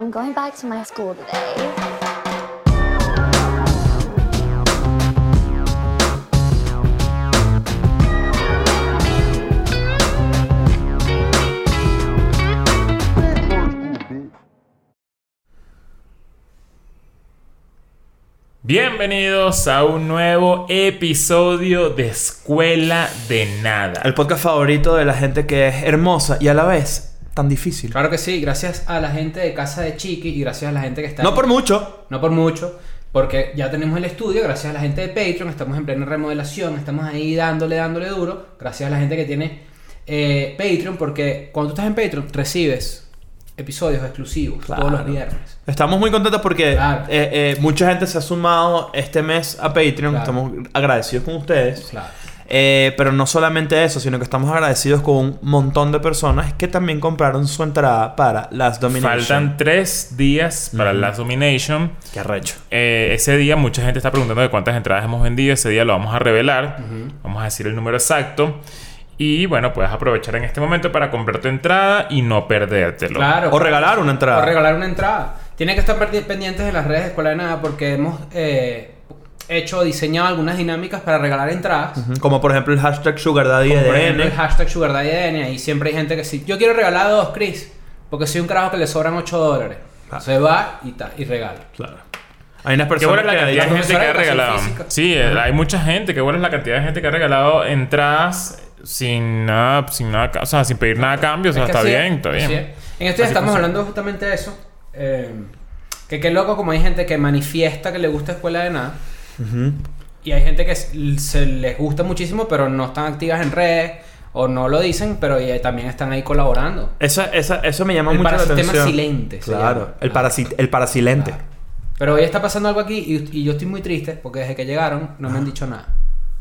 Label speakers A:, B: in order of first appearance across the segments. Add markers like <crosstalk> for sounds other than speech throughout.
A: I'm going back to my school today.
B: Bienvenidos a un nuevo episodio de Escuela de Nada.
C: El podcast favorito de la gente que es hermosa y a la vez tan difícil.
D: Claro que sí, gracias a la gente de Casa de Chiqui y gracias a la gente que está.
C: No por mucho.
D: No por mucho, porque ya tenemos el estudio, gracias a la gente de Patreon, estamos en plena remodelación, estamos ahí dándole, dándole duro. Gracias a la gente que tiene eh, Patreon, porque cuando tú estás en Patreon recibes episodios exclusivos todos los
C: Claro.
D: viernes.
C: Estamos muy contentos porque
D: Claro.
C: eh, eh, mucha gente se ha sumado este mes a Patreon.
D: Claro.
C: Estamos agradecidos con ustedes.
D: Claro.
C: Eh, pero no solamente eso, sino que estamos agradecidos con un montón de personas que también compraron su entrada para las Domination.
B: Faltan tres días para la Domination.
C: Qué arrecho.
B: Eh, ese día mucha gente está preguntando de cuántas entradas hemos vendido. Ese día lo vamos a revelar. Vamos a decir el número exacto. Y bueno, puedes aprovechar en este momento para comprar tu entrada y no perdértelo.
D: Claro.
C: O regalar una entrada.
D: O regalar una entrada. Tienen que estar perdi- pendientes de las redes de Escuela de Nada porque hemos eh, hecho, diseñado algunas dinámicas para regalar entradas.
C: Ujú, Como por ejemplo el hashtag
D: Como
B: E
D: por ejemplo, el
C: SugarDaddyEDN.
D: hashtag SugarDaddyADN. Ahí siempre hay gente que sí. Yo quiero regalar dos, Chris. Porque soy un carajo que le sobran 8 dólares.
B: Ah.
C: Claro.
D: Se va y, ta- y regala.
C: Claro. Hay unas
B: Qué
C: personas
B: buena
C: que
B: la cantidad de
C: dedican-
B: gente que ha
D: profesora de educación
B: regalado.
D: física.
B: Sí, eh, hay mucha gente. Qué buena es la cantidad de gente que ha regalado entradas sin nada, sin nada, ca- o sea, sin pedir nada a cambio. O sea,
D: Es que
B: está
D: así es,
B: bien, está
D: así
B: bien.
D: es. En estos días
B: Así
D: estamos
B: funciona.
D: hablando justamente de eso. eh, que qué loco como hay gente que manifiesta que le gusta Escuela de Nada. Y hay gente que s- se les gusta muchísimo, pero no están activas en redes. O no lo dicen, pero ya también están ahí colaborando.
C: Esa, esa, eso me llama
D: El
C: mucho la atención.
D: parasistema silente se
C: Claro,
D: llama. Ah.
C: el, parasit el parasilente.
D: Claro. Pero hoy está pasando algo aquí y, y yo estoy muy triste porque desde que llegaron no me han dicho nada.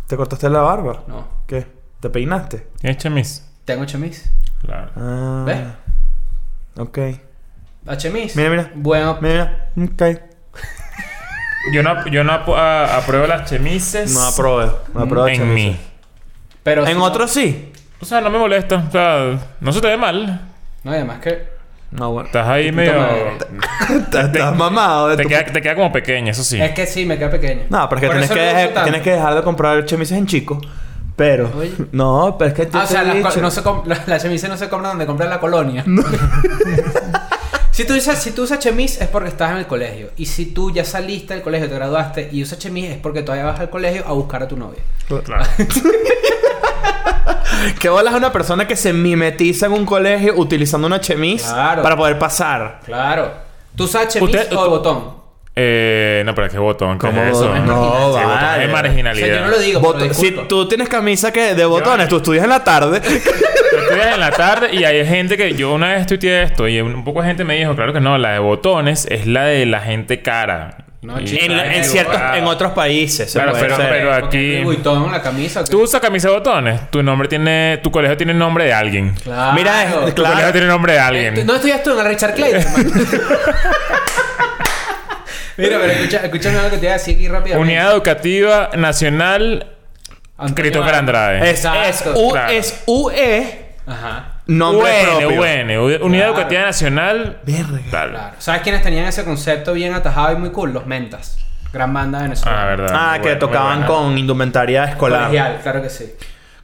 C: ¿Te cortaste la barba?
D: No.
C: ¿Qué? ¿Te peinaste?
B: ¿Tienes chemis?
D: Tengo chemis.
B: Claro.
C: Ah,
D: ¿Ves?
C: Ok.
D: La chemis.
C: Mira, mira.
D: Ah, Bueno,
C: Mira, ok.
B: Yo no, yo no apo- a- apruebo las chemises.
C: No aprobé. No aprobé.
B: en
C: chorizo.
B: mí.
D: pero.
C: En
D: si-
C: otros sí.
B: O sea, no me molesta. O sea, no se te ve mal.
D: No, y además que.
C: No, bueno.
B: Estás ahí medio.
D: madre.
C: <laughs> Te- Estás mamado de
B: Te
C: tu-
B: queda, te queda como pequeña, eso sí.
D: Es que sí, me queda pequeño.
C: No, pero es que,
D: Por
C: tienes
D: eso
C: que,
D: no uso
C: dejar,
D: tanto.
C: tienes que dejar de comprar chemises en chico. Pero.
D: Oye.
C: No, pero es que. yo
D: Ah, o
C: te
D: sea,
C: he
D: las,
C: dicho-
D: co- no se com- la- las chemises no se compran donde compran la colonia. <laughs> si, tú usas, si tú usas chemis es porque estás en el colegio. Y si tú ya saliste del colegio, te graduaste y usas chemis es porque todavía vas al colegio a buscar a tu novia.
B: Claro.
C: ¿Qué bolas una persona que se mimetiza en un colegio utilizando una chemis
D: Claro.
C: para poder pasar?
D: Claro. ¿Tú usas chemis
B: Usted-
D: o
B: tú-
D: el botón?
B: Eh, no, pero es que botón. ¿Qué
C: ¿Cómo
B: es eso?
C: botón? No,
B: Sí,
C: vale.
B: botón Es
D: O sea, yo
B: marginalidad.
D: no lo digo,
C: Bot-
D: pero
C: si
D: disculpa.
C: tú tienes camisa que de botones, tú estudias en la tarde.
B: Tú estudias en la tarde y hay gente que yo una vez tuiteé esto y un un poco de gente me dijo, claro que no, la de botones es la de la gente cara.
D: No,
B: Y-
D: chica,
C: en,
D: Ay,
C: en
D: no,
C: ciertos,
B: ah.
C: en otros países. se
B: Claro,
C: puede
B: pero-
C: hacer.
B: pero
D: Porque
B: aquí-
D: el Vuitton, la camisa. ¿o qué?
B: Tú usas camisa de botones. Tu nombre tiene... Tu colegio tiene nombre de alguien.
D: Claro.
C: Mira, es-
B: Tu
C: Claro.
B: colegio tiene nombre de alguien.
D: Tú- No estudias tú en el Richard Clayton. hermano. <laughs> Mira, pero escucha, escúchame algo que te voy a decir aquí rápido.
B: Unidad Educativa Nacional Christopher Andrade.
C: Es, es,
D: Exacto.
C: U-
B: Claro. E,
C: es UE,
D: E, Ajá.
C: nombre propio.
B: UN, UN, Unidad
D: Claro.
B: Educativa Nacional.
C: Verga.
B: Tal.
D: Claro. ¿Sabes quiénes tenían ese concepto bien atajado y muy cool? Los Mentas. Gran banda venezolana.
B: Ah, verdad.
C: Ah,
B: Muy
C: que
B: bueno,
C: tocaban
B: muy bueno.
C: con indumentaria escolar.
D: Colegial, claro que sí.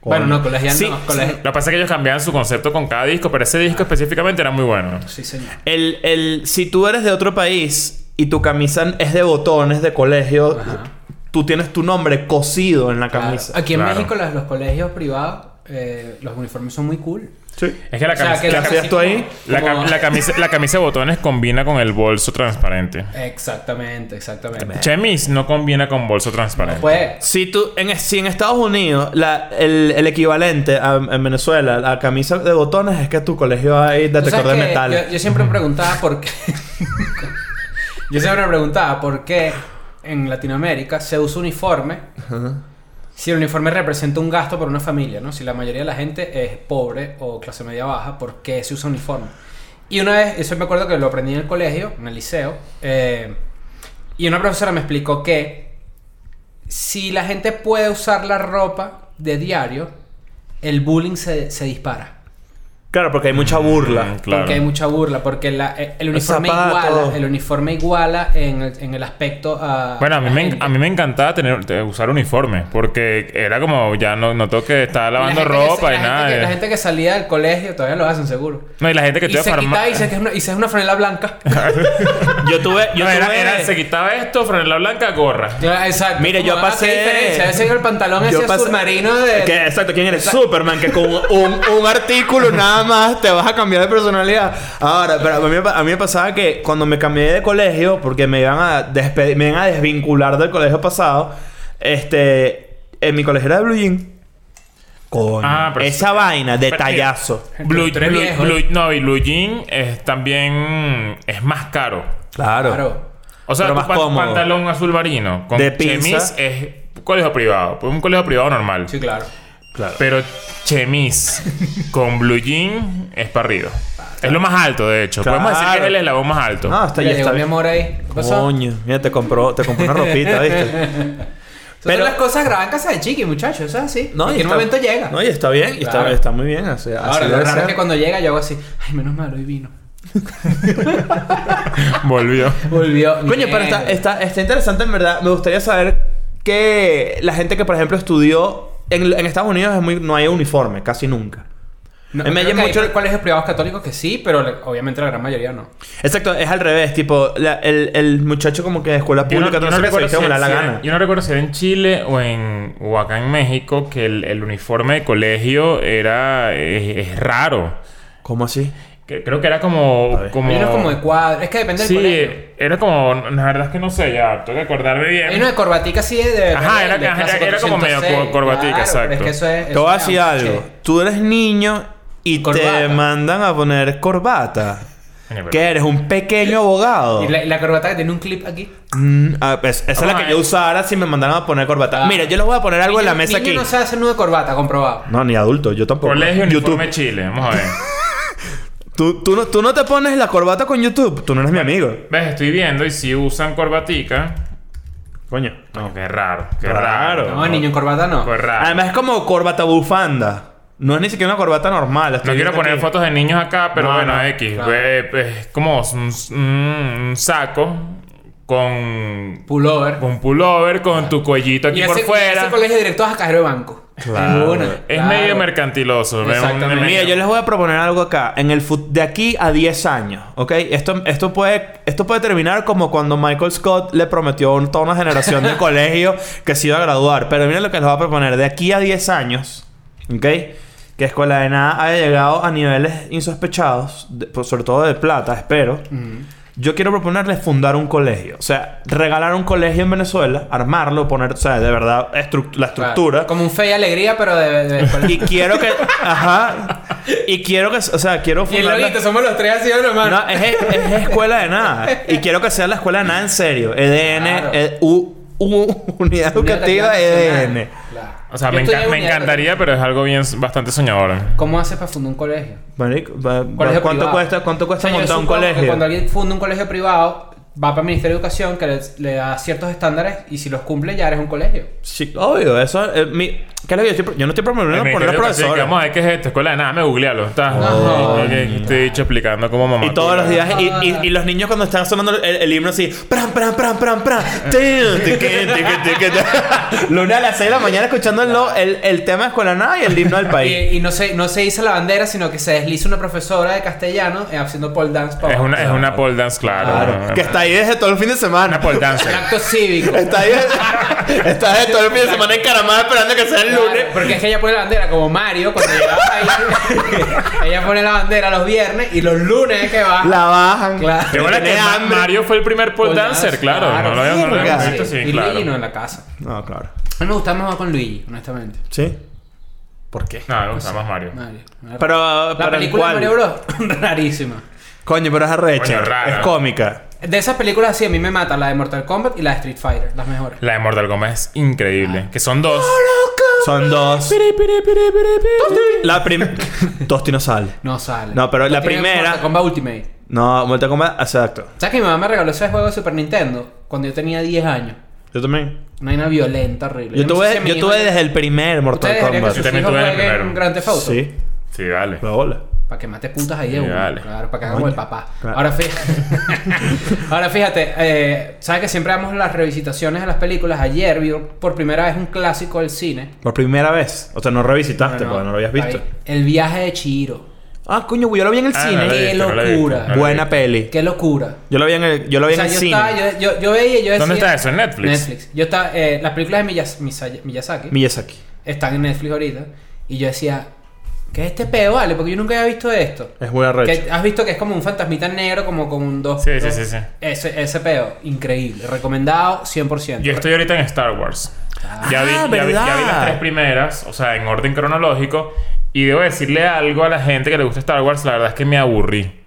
D: Bueno, no, colegial
C: Sí,
D: no. Colegial.
B: Lo que pasa es que ellos cambiaban su concepto con cada disco, pero ese disco específicamente era muy bueno.
D: Sí, señor.
C: El, el, si tú eres de otro país y tu camisa es de botones de colegio,
D: Ajá.
C: tú tienes tu nombre cosido en la
D: Claro.
C: camisa.
D: Aquí en
B: Claro.
D: México las- los colegios privados, eh, los uniformes son muy cool.
C: Sí.
B: Es que la
D: O sea,
B: camisa,
D: que
B: la,
D: las-
B: cami-
C: hacías tú ahí?
B: la
D: como-
B: cam- la camisa, la camisa de botones combina con el bolso transparente.
D: Exactamente, exactamente.
B: Chemis no combina con bolso transparente.
D: Pues,
C: Si tú en, si en Estados Unidos la- el, el equivalente a- en Venezuela la camisa de botones es que tu colegio hay
D: ¿tú sabes
C: detector de
D: que
C: metales.
D: Yo, yo siempre me preguntaba por qué. <laughs> yo siempre me preguntaba por qué en Latinoamérica se usa uniforme. Si el uniforme representa un gasto para una familia, ¿no? Si la mayoría de la gente es pobre o clase media baja, ¿por qué se usa uniforme? Y una vez, eso me acuerdo que lo aprendí en el colegio, en el liceo, eh, y una profesora me explicó que si la gente puede usar la ropa de diario, el bullying se, se dispara.
C: Claro, porque hay mucha burla.
B: Mm, claro.
D: Porque hay mucha burla, porque la- eh, el, el uniforme
C: zapato.
D: iguala, el uniforme iguala en el, en el aspecto a...
B: Bueno, a mí,
D: la
B: me,
D: gente.
B: a mí me encantaba tener, te- usar uniforme. Porque era como... Ya no, noto que estaba lavando
D: La gente que
B: ropa
D: se-
B: y
D: la
B: nada.
D: gente que-
B: de-
D: la gente que salía del colegio todavía lo hacen seguro.
B: No, y la gente que
D: Y
B: estudia
D: se quita y
B: farmacia...
D: se, que es una, y se es una
B: <laughs>
D: franela blanca.
C: Yo tuve. Yo
B: era,
C: tuve-
B: era- se quitaba esto, franela blanca, gorra.
D: Claro, Exacto.
C: Mira, yo
D: Como, ah,
C: pasé-
D: ¿Qué diferencia? A veces el pantalón
C: Yo
D: ese
C: pasé-
D: submarino de...
C: Que, exacto, ¿quién eres? Superman, que con un, un artículo nada más te vas a cambiar de personalidad. Ahora, pero a mí, me pa- a mí me pasaba que cuando me cambié de colegio, porque me iban a, despe- me iban a desvincular del colegio pasado, este, en mi colegio era de Blue Jean. Coño,
B: Ah, pero-
C: esa vaina de
B: pero-
C: tallazo.
B: Blue,
D: Tú eres
B: Blue-
D: viejo.
B: Blue- no, y Blue Jean es también es más caro.
C: Claro.
D: Claro.
B: O sea,
C: Pero
B: tu
C: más
B: pan-
C: cómodo.
B: pantalón azul marino con
C: De
B: chemis
C: pinza.
B: es colegio privado, pues un colegio privado normal.
D: Sí, claro.
C: claro.
B: Pero chemis con blue jean es parrido. Es lo más alto, de hecho.
C: Claro.
B: Podemos decir que es el eslabón más alto.
C: No, hasta
D: Mira,
C: ya
D: llegó
C: está
D: mi
C: bien.
D: amor ahí. ¿Qué pasó?
C: Coño, mira, te compró, te compró una ropita, ¿viste?
D: <laughs> Pero
C: Pero-
D: son las cosas grabadas en casa de Chiqui, muchachos. Eso es así.
C: No,
D: en
C: y
D: qué
C: está-
D: momento llega.
C: No, y está bien, y está-
D: Claro.
C: está, muy bien. o sea, así
D: Ahora, lo
C: debe
D: raro es
C: ser.
D: que cuando llega yo hago así. Ay, menos mal, hoy vino. <laughs>
B: Volvió.
D: Volvió.
C: Coño, pero está,
D: Mierda.
C: está, está interesante en verdad. Me gustaría saber que la gente que, por ejemplo, estudió en, en Estados Unidos es muy, no hay uniforme, casi nunca.
D: No,
C: me
D: creo
C: llama
D: que
C: mucho-
D: hay colegios privados católicos que sí, pero la- obviamente la gran mayoría no.
C: Exacto, es al revés, tipo, la- el, el muchacho como que de escuela
B: Yo no,
C: pública,
B: yo
C: todo
B: no
C: eso, que se
B: recuerdo
C: viste
B: si
C: como le da la
B: si-
C: gana.
B: yo no recuerdo si era en Chile o, en, o acá en México que el, el uniforme de colegio era... Es, es raro.
C: ¿Cómo así?
B: Que- Creo que era como...
C: ver.
B: como...
D: Hay unos como de cuadro. Es que depende del
B: Sí, Em.
D: colegio.
B: era como... La verdad es que no sé, ya. Tengo que acordarme bien.
D: Hay uno de corbatica así de... de
B: Ajá, era-
D: de clase
B: era- era como medio
D: 406,
B: corbatica,
D: claro, pero
B: exacto.
D: es que eso es...
C: Te voy a decir
D: eso es
C: algo.
D: che.
C: Tú eres niño y te
D: Corbata.
C: mandan a poner corbata.
B: Coño, pero-
C: Que eres un pequeño abogado.
D: Y la, y la corbata que tiene un clip aquí.
C: Mm, ah, pues, esa es la
B: Vamos
C: que
B: a
C: yo
B: ver.
C: usara si me mandaran a poner corbata.
D: Ah.
C: Mira, yo les voy a poner algo en la
D: Niño-
C: mesa
D: niño
C: aquí.
D: no se hace nudo de corbata, comprobado.
C: No, ni adulto, yo tampoco.
B: Colegio
C: YouTube.
B: Uniforme Chile. Vamos a ver.
C: ¿Tú, tú, no, tú no te pones la corbata con YouTube. Tú no eres mi amigo.
B: ¿Ves? Estoy viendo y si usan corbatica.
C: Coño.
B: No, qué raro. Qué
C: Raro.
B: raro.
D: No, niño en corbata no.
B: Qué raro.
C: Además, es como corbata bufanda. No es ni siquiera una corbata normal.
B: no
C: estoy
B: quiero
C: viendo
B: poner
C: aquí.
B: fotos de niños acá, pero
C: No,
B: bueno,
C: no,
B: X.
D: claro.
B: Eh, eh, Es como un, un- un saco con
D: Pullover.
B: un pullover con tu cuellito aquí
D: Y
B: por
D: ese,
B: fuera.
D: ese colegio de directores a cajero de banco.
C: Claro.
D: Ninguna,
B: Es
D: claro.
B: medio mercantiloso. ¿ves? Un-
D: Exactamente.
C: Mira, yo les voy a proponer algo acá. En el fut- de aquí a 10 años, ¿ok? Esto, esto, puede, esto puede terminar como cuando Michael Scott le prometió a un- toda una generación de colegio que se iba a graduar. Pero mira lo que les voy a proponer. De aquí a 10 años, ¿ok? Que Escuela de Nada haya llegado a niveles insospechados, de- pues, sobre todo de plata, espero. Yo quiero proponerles fundar un colegio. O sea, regalar un colegio en Venezuela, armarlo, poner, o sea, de verdad, estru- la
D: Claro.
C: estructura.
D: Como un fe y alegría, pero
C: <laughs>
D: de... de- de-
C: Y quiero que. Ajá. Y quiero que. O sea, quiero
D: y el
C: la-
D: lorito, somos los tres así, hermano.
C: No, es, es escuela de nada. Y quiero que sea la escuela de nada en serio. EDN.
D: Claro.
C: eh, U- U- unidad Educativa E EDN.
D: Claro.
B: O sea,
D: Yo
B: me,
D: estudié
B: enca- me
D: unidad-
B: encantaría, pero es algo bien bastante soñador.
D: ¿Cómo haces para fundar un colegio?
C: Marico, va- va-
D: Colegio
C: ¿cuánto,
D: privado.
C: cuesta, ¿Cuánto cuesta
D: O sea, yo
C: montar un
D: supongo que
C: colegio?
D: Cuando alguien funda un colegio privado, va para el Ministerio de Educación que les- le, da ciertos estándares y si los cumple ya eres un colegio.
C: Sí, obvio, eso. eh, mi- ¿Qué es lo que yo estoy pro- Yo no estoy promoviendo
B: Me
C: poner
B: quiero decir que
C: profesor.
B: Vamos a ver qué es esto. Escuela de nada, me googlealo. Está.
D: No.
B: Ok, Te he dicho explicando cómo mamá.
C: Y todos los días, y, y-
D: Ah.
C: y los niños cuando están sonando el, el himno así, pram, pram, pram, pram, pram, tin, tiqui, tiqui, tiqui, tiqui. <laughs> lunes a las 6 de la mañana escuchando el, lo- el, el tema de Escuela Nada y el himno del país.
D: Y, y no, se, no se hizo la bandera, sino que se desliza una profesora de castellano eh, haciendo pole dance para
B: Es
D: abajo.
B: una, es una pole dance, claro.
C: Claro, que está ahí desde todo el fin de
B: Ah. Una
C: semana.
B: pole
D: Un
B: dancer.
D: acto
C: <laughs>
D: cívico.
C: Está ahí desde, está desde todo el fin de semana encaramada esperando que sea el
D: Claro,
C: lunes.
D: Porque es que ella pone la bandera como Mario cuando llegaba ahí. <laughs> ella pone la bandera los viernes y los lunes que va.
C: La bajan.
D: Claro.
B: Pero bueno, que
C: Tiene
B: Ma-
C: hambre. Ah,
B: Mario fue el primer
C: Pues
B: pole, dancer, claro. No lo habíamos no lo habíamos
C: verga.
B: visto, sí,
D: y
B: claro.
D: Luigi no en la casa.
C: No, claro.
D: A mí me gustaba más con Luigi, honestamente.
C: ¿Sí? ¿Por qué?
B: No, me gusta más Mario.
C: Ah.
D: Mario. Mario.
C: Pero,
D: La
C: pero ¿en
D: película
C: cuál?
D: de Mario Bros. <laughs> rarísima.
C: Coño, pero es arrecha.
B: Coño, rara.
C: es cómica.
D: De esas películas así a mí me mata la de Mortal Kombat y la de Street Fighter, las mejores.
B: La de Mortal Kombat es
C: Ah.
B: increíble. Que son dos.
C: Son dos. La primera.
B: <laughs>
C: Tosti no sale.
D: No sale.
C: No, pero la
D: tiene
C: primera-
D: Mortal Kombat Ultimate.
C: No, Mortal Kombat, exacto.
D: ¿Sabes que mi mamá me regaló ese juego de Super Nintendo cuando yo tenía 10 años?
C: Yo también.
D: Una vaina violenta, horrible.
C: Yo
D: no sé si
C: tuve,
D: a mi
C: yo
D: hijo
C: tuve
D: le-
C: desde el primer Mortal
D: ¿Ustedes dejarían
C: Kombat.
D: que
B: Yo
D: sus
B: también
D: hijos
B: tuve el
D: jueguen
B: primero.
D: Grand Theft Auto?
C: Sí,
B: Sí, vale.
C: la bola.
D: Para que mate putas ahí de uno.
B: Vale.
D: Claro, para que hagamos
C: Coño.
D: el papá.
C: Claro.
D: Ahora fíjate. <laughs> Ahora fíjate, eh, ¿sabes que siempre damos las revisitaciones de las películas? Ayer vi por primera vez un clásico del cine.
C: Por primera vez. O sea, no revisitaste porque Ah, no lo habías visto.
D: Ahí, El viaje de Chihiro.
C: Ah, coño, güey, yo lo vi en el
B: Ah,
C: cine.
B: no la he
D: qué
B: visto, no la he visto,
D: locura.
B: no la he
C: Buena
B: visto.
C: peli.
D: Qué locura.
C: Yo lo vi en el, yo lo vi
D: O sea,
C: en el
D: yo,
C: cine.
D: estaba, yo, yo, yo veía y yo decía...
B: ¿Dónde está eso? ¿En Netflix?
D: Netflix. Yo estaba... eh, las películas de Miyaz- Misa- Miyazaki
C: Miyazaki.
D: están en Netflix ahorita. Y yo decía... ¿Qué es este pedo, vale? Porque yo nunca había visto esto.
C: Es buena
D: Que
C: recha.
D: has visto que es como un fantasmita negro, como con un dos.
B: Sí, sí,
D: dos-
B: sí, sí.
D: Ese, ese peo, increíble. Recomendado 100%.
B: Yo estoy ahorita en Star Wars. ya, vi,
C: Ah,
B: ya vi- ya vi
C: ¿verdad?
B: las tres primeras, o sea, en orden cronológico. Y debo decirle algo a la gente que le gusta Star Wars, la verdad es que me aburrí.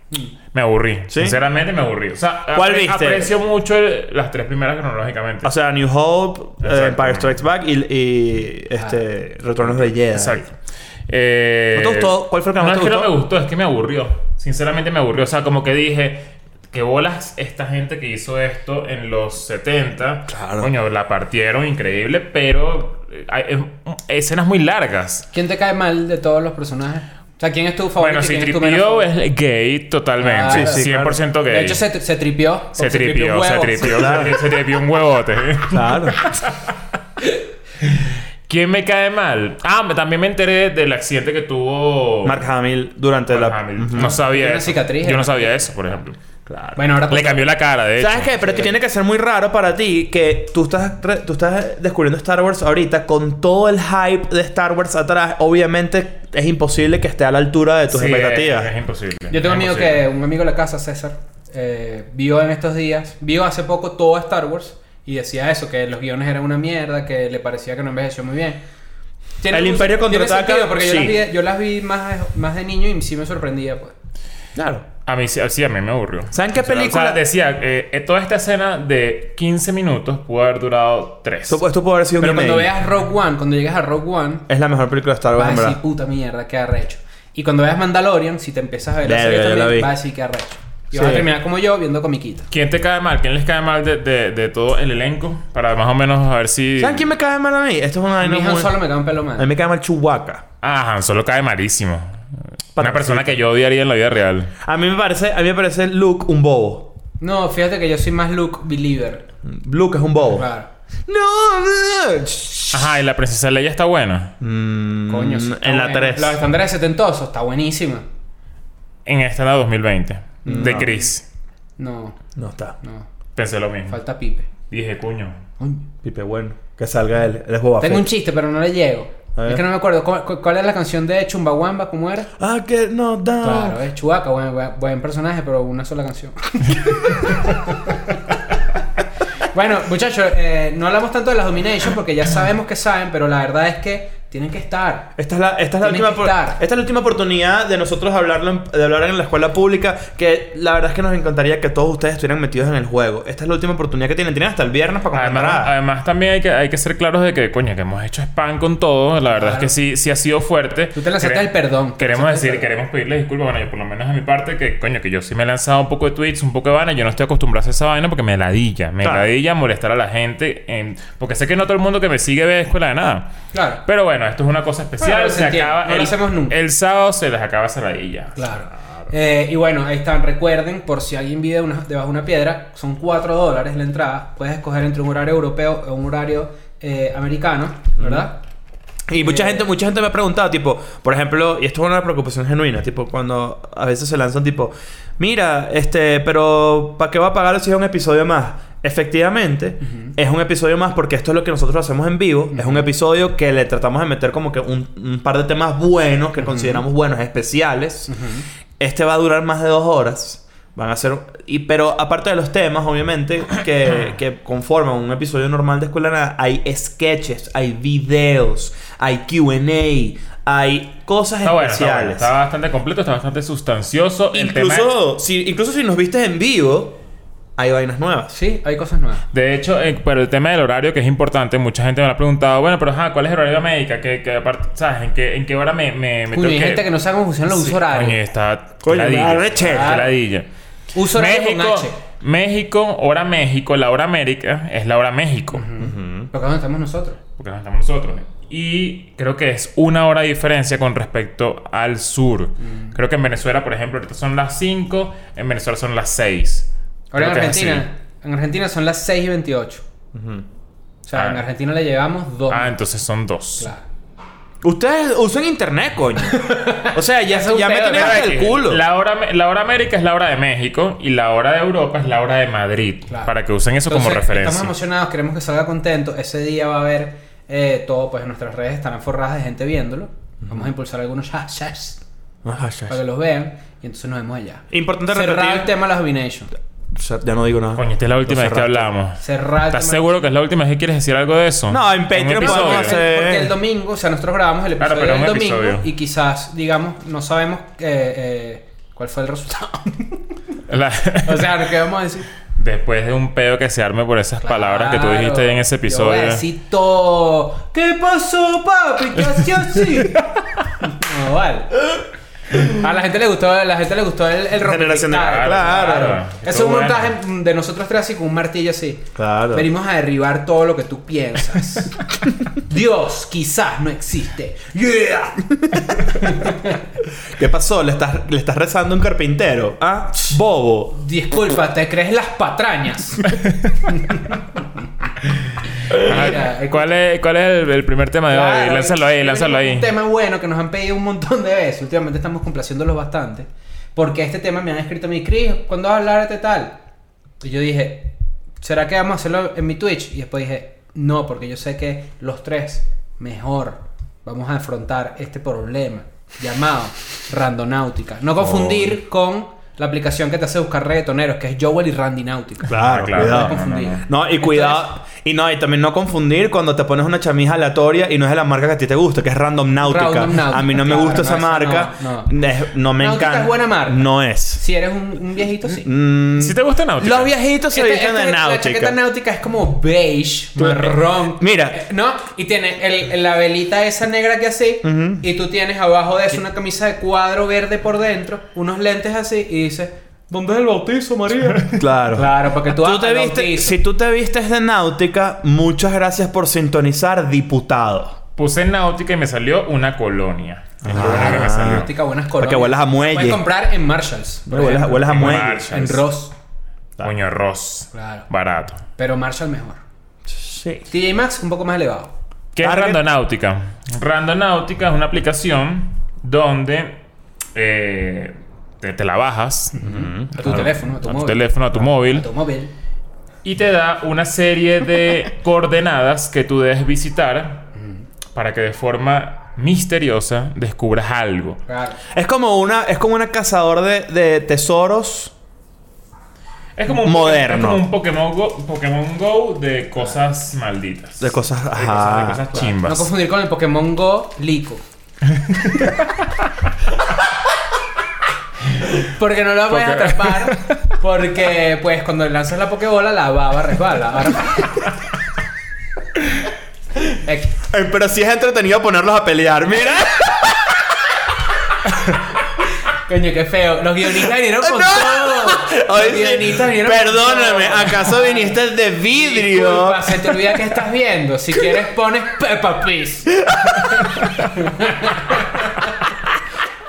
B: Me aburrí.
C: Mm. ¿Sí?
B: Sinceramente me aburrí. O sea,
C: ¿Cuál
B: apre-
C: viste?
B: aprecio mucho el- las tres primeras cronológicamente.
C: O sea, New Hope, eh,
B: Exacto.
C: Empire Strikes Back y, y,
D: Ah.
C: este Retornos de Jedi.
B: Exacto. Eh,
C: ¿No te gustó? ¿Cuál fue el que no te
B: es que
C: gustó?
B: no me gustó, es que me aburrió. Sinceramente me aburrió. O sea, como que dije, que bolas esta gente que hizo esto en los 70.
C: Claro.
B: Coño, la partieron increíble, pero eh, hay eh, escenas muy largas.
D: ¿Quién te cae mal de todos los personajes? O sea, ¿quién es tu
B: Bueno,
D: favorito? y
B: si
D: quién es tu
B: tripió
D: favorito?
B: es gay totalmente.
D: Claro.
C: Ah, Sí, sí,
B: 100% gay.
D: De hecho, se, se tripió.
B: se
D: porque
B: tripió, se
D: huevos.
B: tripió,
C: Claro.
B: se, se tripió un huevote.
C: <laughs>
B: <laughs>
C: Claro.
B: ¿Quién me cae mal? Ah, me- también me enteré del accidente que tuvo
C: Mark Hamill durante
B: Mark
C: la.
B: Hamill.
C: Ujú.
B: ah, No sabía
D: Tiene una
B: eso.
D: cicatriz,
B: Yo no
D: ¿no?
B: sabía eso, por ejemplo.
C: Claro.
D: Bueno, ahora pues-
B: Le cambió la cara, de hecho.
C: ¿Sabes qué? Pero es que tiene que ser muy raro para ti que tú estás, re- tú estás descubriendo Star Wars ahorita con todo el hype de Star Wars atrás. Obviamente es imposible que esté a la altura de tus
B: Sí,
C: expectativas.
B: Es, es imposible.
D: Yo tengo un amigo
B: imposible.
D: que, un amigo de la casa, César, eh, vio en estos días, vio hace poco todo Star Wars y decía eso, que los guiones eran una mierda, que le parecía que no envejeció muy bien.
C: El
D: un-
C: Imperio
D: tiene
C: contraataca,
D: sentido, porque yo,
C: sí.
D: las vi, yo las vi más, de- más de niño y sí me sorprendía, pues.
C: Claro.
B: A mí sí, sí, a mí me aburrió.
C: ¿Saben qué
B: O sea,
C: película?
B: O sea, decía, eh, eh, toda esta escena de 15 minutos pudo haber durado 3.
C: Esto, esto puede haber sido un
D: Pero cuando
C: remake.
D: veas Rogue One, cuando llegues a Rogue One,
C: Es la mejor película de Star Wars,
D: vas a
C: en
D: decir,
C: verdad.
D: puta mierda, qué arrecho. Y cuando veas Mandalorian, si te empiezas a ver la
C: Verga,
D: serie
C: yo la
D: también,
C: vi.
D: vas a decir qué arrecho. Y vas
C: Sí.
D: a terminar como yo, viendo comiquita.
B: ¿Quién te cae mal? ¿Quién les cae mal de, de- de todo el elenco? Para más o menos a ver si.
C: ¿Saben quién me cae mal a mí? Esto es una
D: A
C: vaina
D: mí Han
C: muy-
D: Solo me cae un pelo
C: A mí
D: mal.
C: me cae mal Chewbacca.
B: Ah, Han Solo cae malísimo.
C: Para-
B: Una persona que yo odiaría en la vida real.
C: A mí me parece, a mí me parece Luke un bobo.
D: No, fíjate que yo soy más Luke Believer.
C: Luke es un bobo.
D: Claro.
C: No, bitch.
B: Ajá, y la princesa Leia está buena.
C: Mm,
D: Coño, sí, está
C: en la
D: buena.
C: 3.
D: Los estándares setentosos, está buenísima.
B: En esta era 2020.
C: Mm,
B: De Chris.
D: No,
C: No está.
D: no,
B: Pensé lo mismo.
D: falta Pipe.
B: Dije, coño.
D: Coño.
C: Pipe bueno. Que salga él. Él es Boba
D: Tengo un
C: Fett.
D: chiste, pero no le llego.
C: A ver.
D: Es que no me acuerdo. ¿Cuál, cuál- cuál era la canción de Chumbawamba? ¿Cómo era?
C: Ah, que no da.
D: Claro,
B: Ah.
D: es Chubaca, buen, buen- buen personaje, pero una sola
B: <laughs>
D: canción. bueno, muchachos, eh, no hablamos tanto de las Domination porque ya sabemos que saben, pero la verdad es que tienen que estar.
C: Esta es la, esta es la
D: Tienen
C: última
D: que
C: por-
D: estar.
C: esta es la última oportunidad de nosotros hablarlo en- de hablar en la escuela pública. Que la verdad es que nos encantaría que todos ustedes estuvieran metidos en el juego. Esta es la última oportunidad que tienen. Tienen hasta el viernes para comprar
B: Además,
C: entradas.
B: además también hay que, hay que ser claros de que, coño, que hemos hecho spam con todo. La verdad es que sí, sí ha sido fuerte.
D: Tú te lanzaste
B: Quere-
D: el perdón.
B: Queremos
D: Lanzaste el
B: decir, queremos pedirles disculpas, bueno, yo por lo menos a mi parte, que coño, que yo sí me he lanzado un poco de tweets, un poco de vaina, yo no estoy acostumbrado a hacer esa vaina porque me ladilla, me
C: Claro.
B: ladilla molestar a la gente, en- porque sé que no todo el mundo que me sigue ve escuela de nada.
D: Claro.
B: Pero bueno, esto es una cosa especial,
D: Claro, se
B: se
D: entiende.
B: acaba,
D: No lo
B: el,
D: hacemos nunca.
B: el sábado se les acaba esa ladilla.
D: Claro. Eh, y bueno, ahí están. Recuerden, por si alguien vive una- debajo de una piedra, son 4 dólares la entrada. Puedes escoger entre un horario europeo o un horario eh, americano, ¿verdad?
C: Y mucha gente, mucha gente me ha preguntado, tipo, por ejemplo, y esto es una preocupación genuina, tipo, cuando a veces se lanzan, tipo, mira, este, pero ¿para qué va a pagar si es un episodio más? Efectivamente, es un episodio más porque esto es lo que nosotros hacemos en vivo. Es un episodio que le tratamos de meter como que un, un par de temas buenos, que consideramos buenos, especiales. Este va a durar más de dos horas. Van a ser. Y, pero aparte de los temas, obviamente,
B: <coughs>
C: que, que conforman un episodio normal de Escuela de Nada, hay sketches, hay videos, hay QA, hay cosas
B: Está bueno, está, bueno,
C: especiales.
B: está bastante completo, está bastante sustancioso. El tema es-
C: incluso, si, incluso si nos viste en vivo, hay vainas nuevas.
D: Sí, hay cosas nuevas.
B: De hecho, eh, pero el tema del horario que es importante, mucha gente me lo ha preguntado, bueno, pero ajá, ¿cuál es el horario de América? ¿Qué, qué aparte- ¿Sabes? ¿En qué, ¿En qué hora me, me, me
D: Coño, hay gente que no sabe cómo funcionan los
B: Sí,
D: usos horarios.
B: Coño, está
C: Coño,
B: ladilla,
C: la reche.
B: está ladilla.
D: Uso horario con
B: México,
D: H.
B: México, hora México, la hora América es la hora México.
D: Porque es donde estamos nosotros.
B: Porque no estamos nosotros. ¿eh? Y creo que es una hora de diferencia con respecto al sur.
D: Mm.
B: Creo que en Venezuela, por ejemplo, ahorita son las 5, en Venezuela son las 6.
D: Ahora
B: Creo
D: en
B: que es
D: Argentina. En Argentina son las 6 y 28. O sea,
B: Ah.
D: en Argentina le llevamos
B: así.
D: 2.
B: Ah, entonces son 2.
D: Claro.
C: Ustedes usan internet,
B: <laughs>
C: coño. O sea, ya,
D: Es un
C: ya me
D: pedo,
C: tienen
D: ¿no?
C: hasta el culo.
B: La hora, la hora América es la hora de México y la hora de Europa es la hora de Madrid.
D: Claro.
B: Para que usen eso como
D: Entonces,
B: referencia.
D: Estamos emocionados, queremos que salga contento. Ese día va a haber eh, todo, pues nuestras redes estarán forradas de gente viéndolo. Vamos a impulsar algunos <laughs> hashtags
C: Ajá, ya,
D: para que
C: ya.
D: los vean y entonces nos vemos allá.
C: Importante
D: Cerrar
C: repetir.
D: el tema de las Vination.
C: O sea, ya no digo nada.
B: Coño, esta es la última vez que
C: cerraste.
B: hablamos.
D: Cerrar el
B: ¿Estás
D: tema-
B: seguro que es la última vez que quieres decir algo de eso?
C: No, en
B: un
C: Patreon
D: No,
B: episodio.
C: podemos
D: porque-
C: hacer-
D: Porque el domingo, o sea, nosotros grabamos el
B: Claro, pero
D: episodio del
B: un
D: domingo
B: episodio.
D: y quizás, digamos, no sabemos eh, eh, cuál fue el resultado. <laughs>
B: La-
D: o sea, ¿qué vamos a decir?
B: <laughs> Después de un pedo que se arme por esas palabras que tú
D: Claro.
B: dijiste ahí en ese
D: Yo voy a
B: episodio.
D: decir todo. ¿Qué pasó, papi? ¿Qué hacía así? no, vale. A la gente le gustó, a la gente le gustó el, el rompecabezas.
C: Generación de-
D: Claro.
C: Claro.
D: Es un
B: Estuvo bueno.
D: montaje de nosotros tres así con un martillo así.
C: Claro.
D: Venimos a derribar todo lo que
B: <laughs>
D: tú piensas. Dios quizás no existe. Yeah.
C: <laughs> ¿Qué pasó? ¿Le estás, le estás rezando a un carpintero. ¿Ah? Bobo.
D: Disculpa, ¿te crees las patrañas?
B: Ajá.
D: Mira, escucha.
B: ¿Cuál es, cuál es el, el primer tema de hoy?
D: Claro,
B: Lánzalo ahí,
D: es
B: lánzalo ahí.
D: Un tema bueno que nos han pedido un montón de veces. Últimamente estamos complaciéndolos bastante. Porque este tema me han escrito a mí, Chris, ¿cuándo vas a hablar de tal? Y yo dije, ¿será que vamos a hacerlo en mi Twitch? Y después dije, no, porque yo sé que los tres, mejor, vamos a afrontar este problema llamado Randonáutica. No confundir
B: Oh.
D: con la aplicación que te hace buscar reggaetoneros, que es Joel y Randy Náutica.
C: Claro, cuidado.
B: No, no, no.
C: No, y cuidado. Y no, y también no confundir cuando te pones una chamija aleatoria y no es de la marca que a ti te gusta, que es Random Nautica.
D: Random Nautica,
C: a mí no me
D: claro,
C: gusta
D: no,
C: esa
D: esa
C: marca.
D: no,
C: No, no me
D: Nautica
C: encanta.
D: es buena marca.
C: No es.
D: Si eres un, un viejito, sí.
C: Mm,
B: Si te gusta Náutica.
C: los viejitos se
D: Este-
C: visten
D: este-
C: de
D: La chaqueta
C: Nautica.
D: náutica es como beige, marrón.
C: Mira.
D: eh, ¿No? Y tiene el- el- la velita esa negra que así. Y tú tienes abajo de eso una camisa de cuadro verde por dentro, unos lentes así. Y dices, ¿dónde es el bautizo, María?
C: <laughs> Claro.
D: claro, porque tú,
C: Tú
D: vas
C: te
D: al
C: viste-
D: bautizo.
C: si tú te vistes de náutica, muchas gracias por sintonizar, diputado.
B: Puse Náutica y me salió una colonia. Es lo único que me salió.
D: Ah. Náutica, buenas
C: Ah. Para
D: colonias.
C: que huelas a muelle.
D: Puedes comprar en Marshalls. por
C: Hueles,
D: ejemplo,
C: hueles a
B: en
C: muelle.
B: Marshalls.
D: En Ross.
B: Coño, Ross.
D: Claro.
B: Barato.
D: Pero Marshall mejor.
C: Sí.
D: TJ Maxx un poco más elevado.
B: ¿Qué
C: Target.
B: es Randonáutica? Randonáutica es una aplicación donde eh, te, te la bajas
D: A tu teléfono, a tu
B: a tu
D: móvil. Ah.
B: teléfono, a tu móvil.
D: A tu móvil.
B: Y te da una serie
D: <laughs>
B: de coordenadas que tú debes visitar
D: Mm.
B: para que de forma misteriosa descubras algo.
D: Claro.
C: Es como una, es como una cazador de, de tesoros.
B: Es como un,
C: Moderno.
B: es como un Pokémon Go, Pokémon Go de cosas malditas.
C: De cosas-
B: De cosas-
C: ajá.
B: de cosas chimbas.
D: No confundir con el Pokémon Go Lico. porque no la puedes
B: Porque-
D: atrapar. Porque, pues, cuando lanzas la Pokébola, la baba resbala. Ahora- X.
C: Eh, pero sí es entretenido ponerlos a pelear,
D: <laughs>
C: mira.
D: Coño, qué feo. Los guionistas vinieron con
C: <laughs> No.
D: todo.
C: Oye,
D: Los guionistas vinieron con
C: perdóname,
D: todo.
C: ¿acaso viniste
D: <laughs>
C: de vidrio?
D: Disculpa, se te olvida que estás viendo. Si quieres, pones Peppa Pig.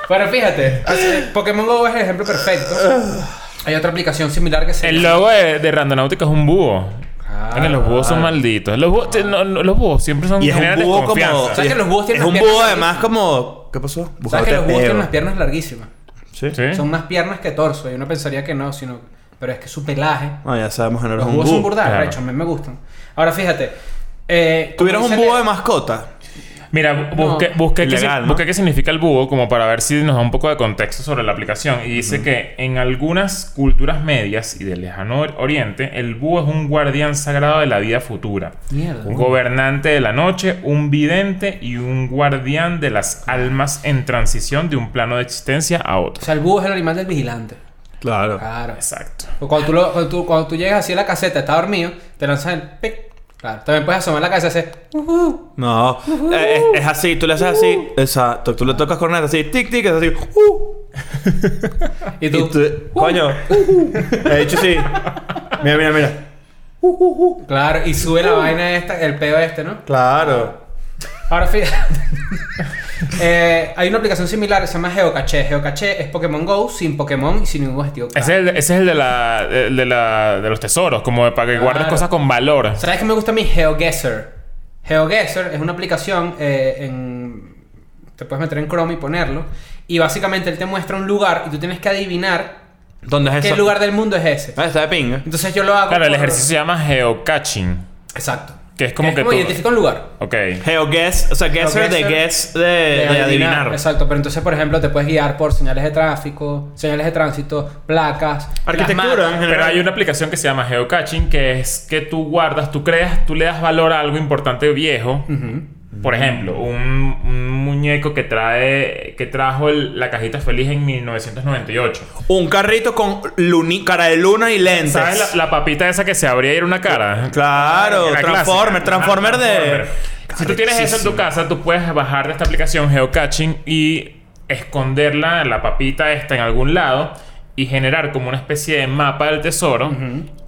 D: Pero fíjate,
C: Ah,
D: así- Pokémon Go es el ejemplo perfecto. Hay otra aplicación similar que se
B: El logo de, de Randonáutica es un búho.
D: Ah.
B: Coño, los búhos son malditos. Los búhos, te- no, no, los búhos siempre son
C: Y es un
B: generan
C: búho como.
B: desconfianza.
D: sea, que los búhos tienen
C: es un
D: las
C: búho
D: piernas
C: además como. ¿Qué pasó?
D: ¿Sabes que los búhos tienen las
C: Buscador de
D: piernas larguísimas?
C: peo. Sí.
B: Sí.
D: Son más piernas que torso. Y uno pensaría que no, sino... Pero es que su pelaje...
C: No, Ah, ya sabemos que no eres
D: Los
C: un
D: búhos son
C: búho.
D: burdas,
B: claro.
D: arrecho, a mí me gustan. Ahora, fíjate... Eh, como
C: ¿Tuvieras un
D: dice
C: búho de
D: que-
C: mascota?
B: Mira,
D: No.
B: busqué, busqué qué
C: Ilegal,
B: si-
C: ¿no?
B: busqué qué significa el búho como para ver si nos da un poco de contexto sobre la aplicación. Y dice que en algunas culturas medias y del lejano or- oriente, el búho es un guardián sagrado de la vida futura.
D: Mierda.
B: Un gobernante de la noche, un vidente y un guardián de las almas en transición de un plano de existencia a
D: O
B: otro.
D: sea, el búho es el animal del vigilante.
C: Claro.
D: Claro.
B: Exacto.
D: O Pues Cuando tú, lo- cuando, tú, cuando tú llegas así a la caseta, está dormido, te lanzan el pic. Claro, también puedes asomar la cabeza y hacer. "Ujú". <laughs>
C: No, eh, es, es así, tú le haces así, exacto, tú le tocas corneta así, tic tic, es así, uh,
D: Y tú. "Uh,
C: y tú, coño, he dicho sí, mira, mira, mira,
D: Claro, y sube la vaina esta, el pedo este, ¿no?
C: claro,
D: Ahora fíjate. <laughs> Eh, hay una aplicación similar que se llama Geocache. Geocache es Pokémon Go sin Pokémon y sin ningún objetivo. claro.
B: Ese es el, ese es el de, la, el de, la, de los tesoros, como para que guardes
D: Claro.
B: cosas con valor.
D: ¿Sabes qué me gusta a mí? GeoGuessr. GeoGuessr es una aplicación eh, en... Te puedes meter en Chrome y ponerlo. Y básicamente él te muestra un lugar y tú tienes que adivinar
C: ¿Dónde es eso?
D: qué lugar del mundo es ese.
C: Ah, está de pinga.
D: Entonces yo lo hago...
B: Claro, el
D: por-
B: ejercicio se llama geocaching.
D: Exacto.
B: Que es como que tú-
D: identifica un lugar.
B: Ok.
C: Geoguess, o sea, guesser de
D: Geoguesser.
C: guess de,
B: Eh,
C: de adivinar.
D: Exacto, pero entonces, por ejemplo, te puedes guiar por señales de tráfico, señales de tránsito, placas, las
C: Arquitectura
D: mapas.
C: en general.
B: Pero hay una aplicación que se llama geocaching, que es que tú guardas, tú creas, tú le das valor a algo importante viejo.
D: Ujú.
B: Por ejemplo, un, un muñeco que trae que trajo el- la cajita feliz en 1998.
C: Un carrito con luni- cara de luna y lentes.
B: ¿Sabes la, la papita esa que se abría y era una cara?
C: Claro,
B: La clásica.
C: Transformer,
B: Ah,
C: Transformer de.
B: Si tú tienes eso en tu casa, tú puedes bajar de esta aplicación geocaching y esconderla, la papita esta, en algún lado y generar como una especie de mapa del tesoro.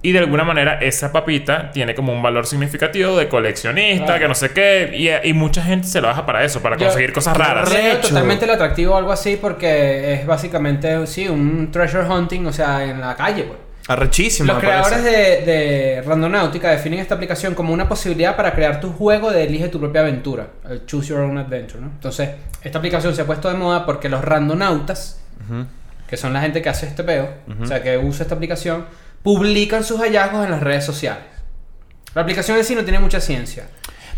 B: Y de alguna manera esa papita tiene como un valor significativo de coleccionista,
D: Claro.
B: que no sé qué. Y, y mucha gente se la baja para eso, para
D: Yo-
B: conseguir cosas
C: Claro.
B: raras.
D: Le veo
C: Arrecho.
D: totalmente el atractivo o algo así porque es básicamente, sí, un treasure hunting, o sea, en la calle, pues.
C: Arrechísimo.
D: Los
C: me
D: creadores
C: parece.
D: de, de Randonáutica definen esta aplicación como una posibilidad para crear tu juego de elige tu propia aventura, el Choose Your Own Adventure, ¿no? Entonces, esta aplicación se ha puesto de moda porque los randonautas, que son la gente que hace este peo, o sea, que usa esta aplicación, publican sus hallazgos en las redes sociales. La aplicación en sí no tiene mucha ciencia.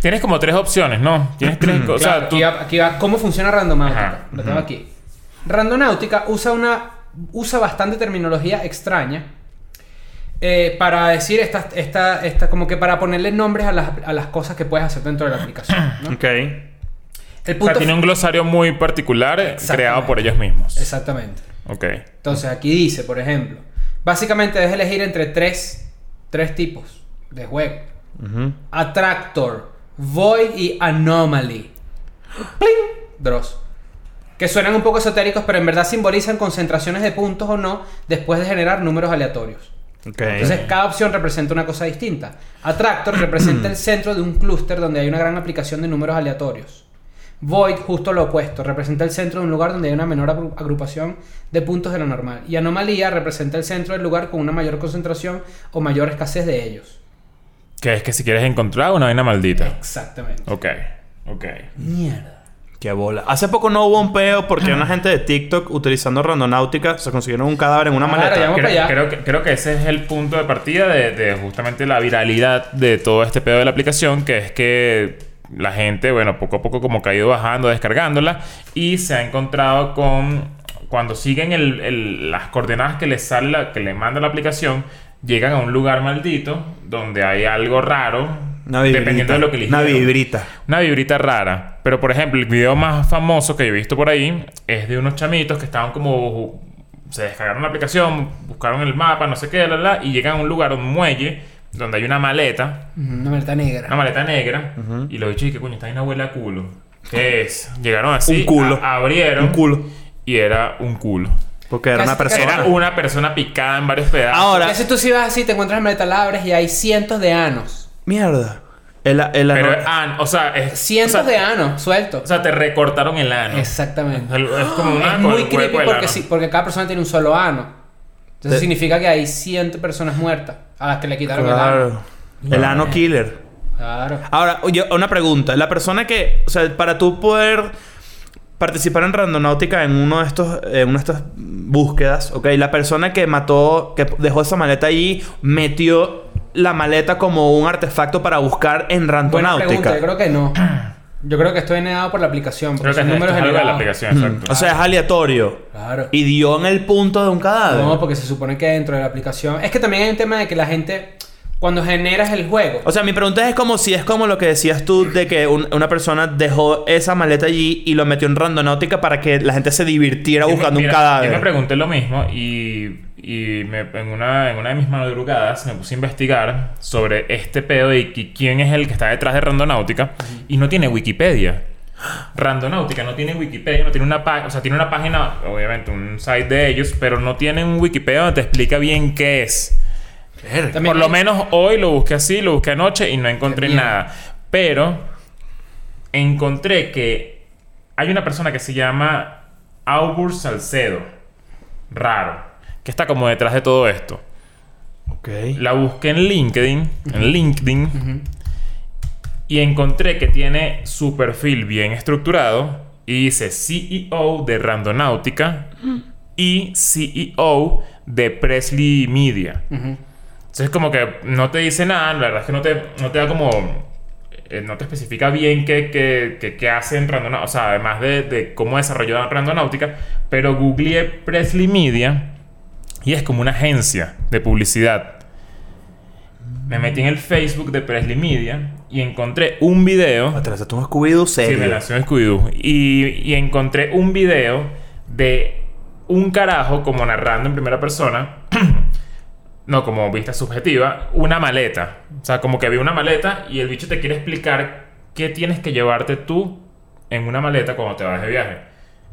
B: Tienes como tres opciones, ¿no? Tienes tres cosas.
D: Claro, aquí, va, aquí va cómo funciona Randonáutica.
B: Ajá,
D: Lo tengo aquí. Randonáutica usa una usa bastante terminología extraña eh, para decir esta, esta, esta- como que para ponerle nombres a las, a las cosas que puedes hacer dentro de la aplicación.
B: <clears throat>
D: ¿no?
C: Ok.
D: El
B: O sea,
D: punto
B: tiene un glosario muy particular eh, creado por ellos mismos.
D: Exactamente.
B: Ok.
D: Entonces aquí dice, por ejemplo, básicamente debes elegir entre tres, tres tipos de juego. Attractor, Void y Anomaly. ¡Pling! Dross. Que suenan un poco esotéricos, pero en verdad simbolizan concentraciones de puntos o no después de generar números aleatorios.
C: Ok.
D: Entonces cada opción representa una cosa distinta.
B: <clears throat>
D: Attractor representa el centro de un clúster donde hay una gran aplicación de números aleatorios. Void, justo lo opuesto, representa el centro de un lugar donde hay una menor agru- agrupación de puntos de lo normal. Y anomalía representa el centro del lugar con una mayor concentración o mayor escasez de ellos.
B: Que es que si quieres encontrar una vaina maldita.
D: Exactamente.
B: Ok. Ok.
D: Mierda.
C: Qué bola. Hace poco no hubo un peo porque una gente de TikTok utilizando randonáutica se consiguieron un cadáver en una
D: Claro,
C: maleta.
D: ya Vamos para
B: Creo,
D: allá.
B: creo que, creo que ese es el punto de partida de, de justamente la viralidad de todo este pedo de la aplicación, que es que la gente, bueno, poco a poco como que ha ido bajando, descargándola, y se ha encontrado con... Cuando siguen el- el- las coordenadas que les sale, la- que le manda la aplicación, llegan a un lugar maldito donde hay algo raro,
C: Una vibrita.
B: dependiendo de lo que les
C: Una
B: dieron.
C: vibrita.
B: Una vibrita rara. Pero, por ejemplo, el video más famoso que yo he visto por ahí es de unos chamitos que estaban como. Se descargaron la aplicación, buscaron el mapa, no sé qué, la, la, y llegan a un lugar, un muelle, donde hay una maleta,
D: Una maleta
B: una
D: negra.
B: maleta negra, y los bichos, que coño, está en una abuela culo. ¿Qué es? Llegaron así,
C: Un culo.
B: a- abrieron,
C: Un culo.
B: y era un culo.
C: Porque era Ah, una
D: Casi- casi-
C: persona.
B: Era una persona picada en varios pedazos.
C: Ahora-
D: Entonces tú si vas así, te encuentras en maleta la abres y hay cientos de anos.
C: Mierda. El, el,
B: pero,
C: ano-
B: ah, o sea, es-
D: Cientos
B: o sea,
D: de anos sueltos.
B: O sea, te recortaron el ano.
D: Exactamente.
B: Es como una
D: es
B: con
D: muy
B: el cuerpo
D: creepy
B: del
D: porque,
B: ano.
D: sí, porque cada persona tiene un solo ano.
C: Te-
D: Entonces significa que hay 100 personas muertas a las que le quitaron el ano.
C: Claro. El ano killer.
D: Claro.
C: Ahora, oye, una pregunta. La persona que, o sea, para tú poder participar en randonáutica en uno de estos, en una de estas búsquedas, ¿ok? La persona que mató, que dejó esa maleta allí, metió la maleta como un artefacto para buscar en
D: Buena pregunta,
C: randonáutica.
D: yo creo que no. Yo creo que estoy negado por la aplicación. Porque
B: Creo que
D: son
B: es esto
D: números
B: es algo de la
D: generados.
B: aplicación, exacto.
C: O sea, es aleatorio.
D: Claro.
C: Y dio en el punto de un cadáver.
D: No, porque se supone que dentro de la aplicación. Es que también hay un tema de que la gente, cuando generas el juego,
C: O sea, mi pregunta es como si es como lo que decías tú de que un- una persona dejó esa maleta allí y lo metió en randonáutica para que la gente se divirtiera
B: Yo me-
C: buscando
B: mira,
C: un cadáver.
B: Yo me pregunté lo mismo y, y me- en, una, en una de mis madrugadas me puse a investigar sobre este pedo de qui- quién es el que está detrás de Randonáutica y no tiene Wikipedia. Randonáutica no tiene Wikipedia, no tiene una página, o sea, tiene una página, obviamente, un site de ellos, pero no tienen un Wikipedia donde te explica bien qué es.
D: También
B: Por lo
D: hay-
B: menos hoy lo busqué así, lo busqué anoche y no encontré
D: Qué mierda.
B: nada. Pero encontré que hay una persona que se llama Augur Salcedo. Raro. Que está como detrás de todo esto.
C: Ok.
B: La busqué en LinkedIn. En LinkedIn. Y encontré que tiene su perfil bien estructurado. Y dice CEO de Randonáutica. Y CEO de Presley Media.
D: Ujú.
B: Entonces como que no te dice nada, la verdad es que no te, no te da como... eh, no te especifica bien qué, qué, qué, qué hace en Randonáutica, o sea, además de, de cómo desarrolló Randonáutica, pero googleé Presley Media y es como una agencia de publicidad. Me metí en el Facebook de Presley Media y encontré un video...
C: Atrás de un Scooby-Doo
B: Sí,
C: serio.
B: relación Scooby-Doo. Y, y encontré un video de un carajo como narrando en primera persona. no, como vista subjetiva. Una maleta. O sea, como que había una maleta y el bicho te quiere explicar qué tienes que llevarte tú en una maleta cuando te vas de viaje.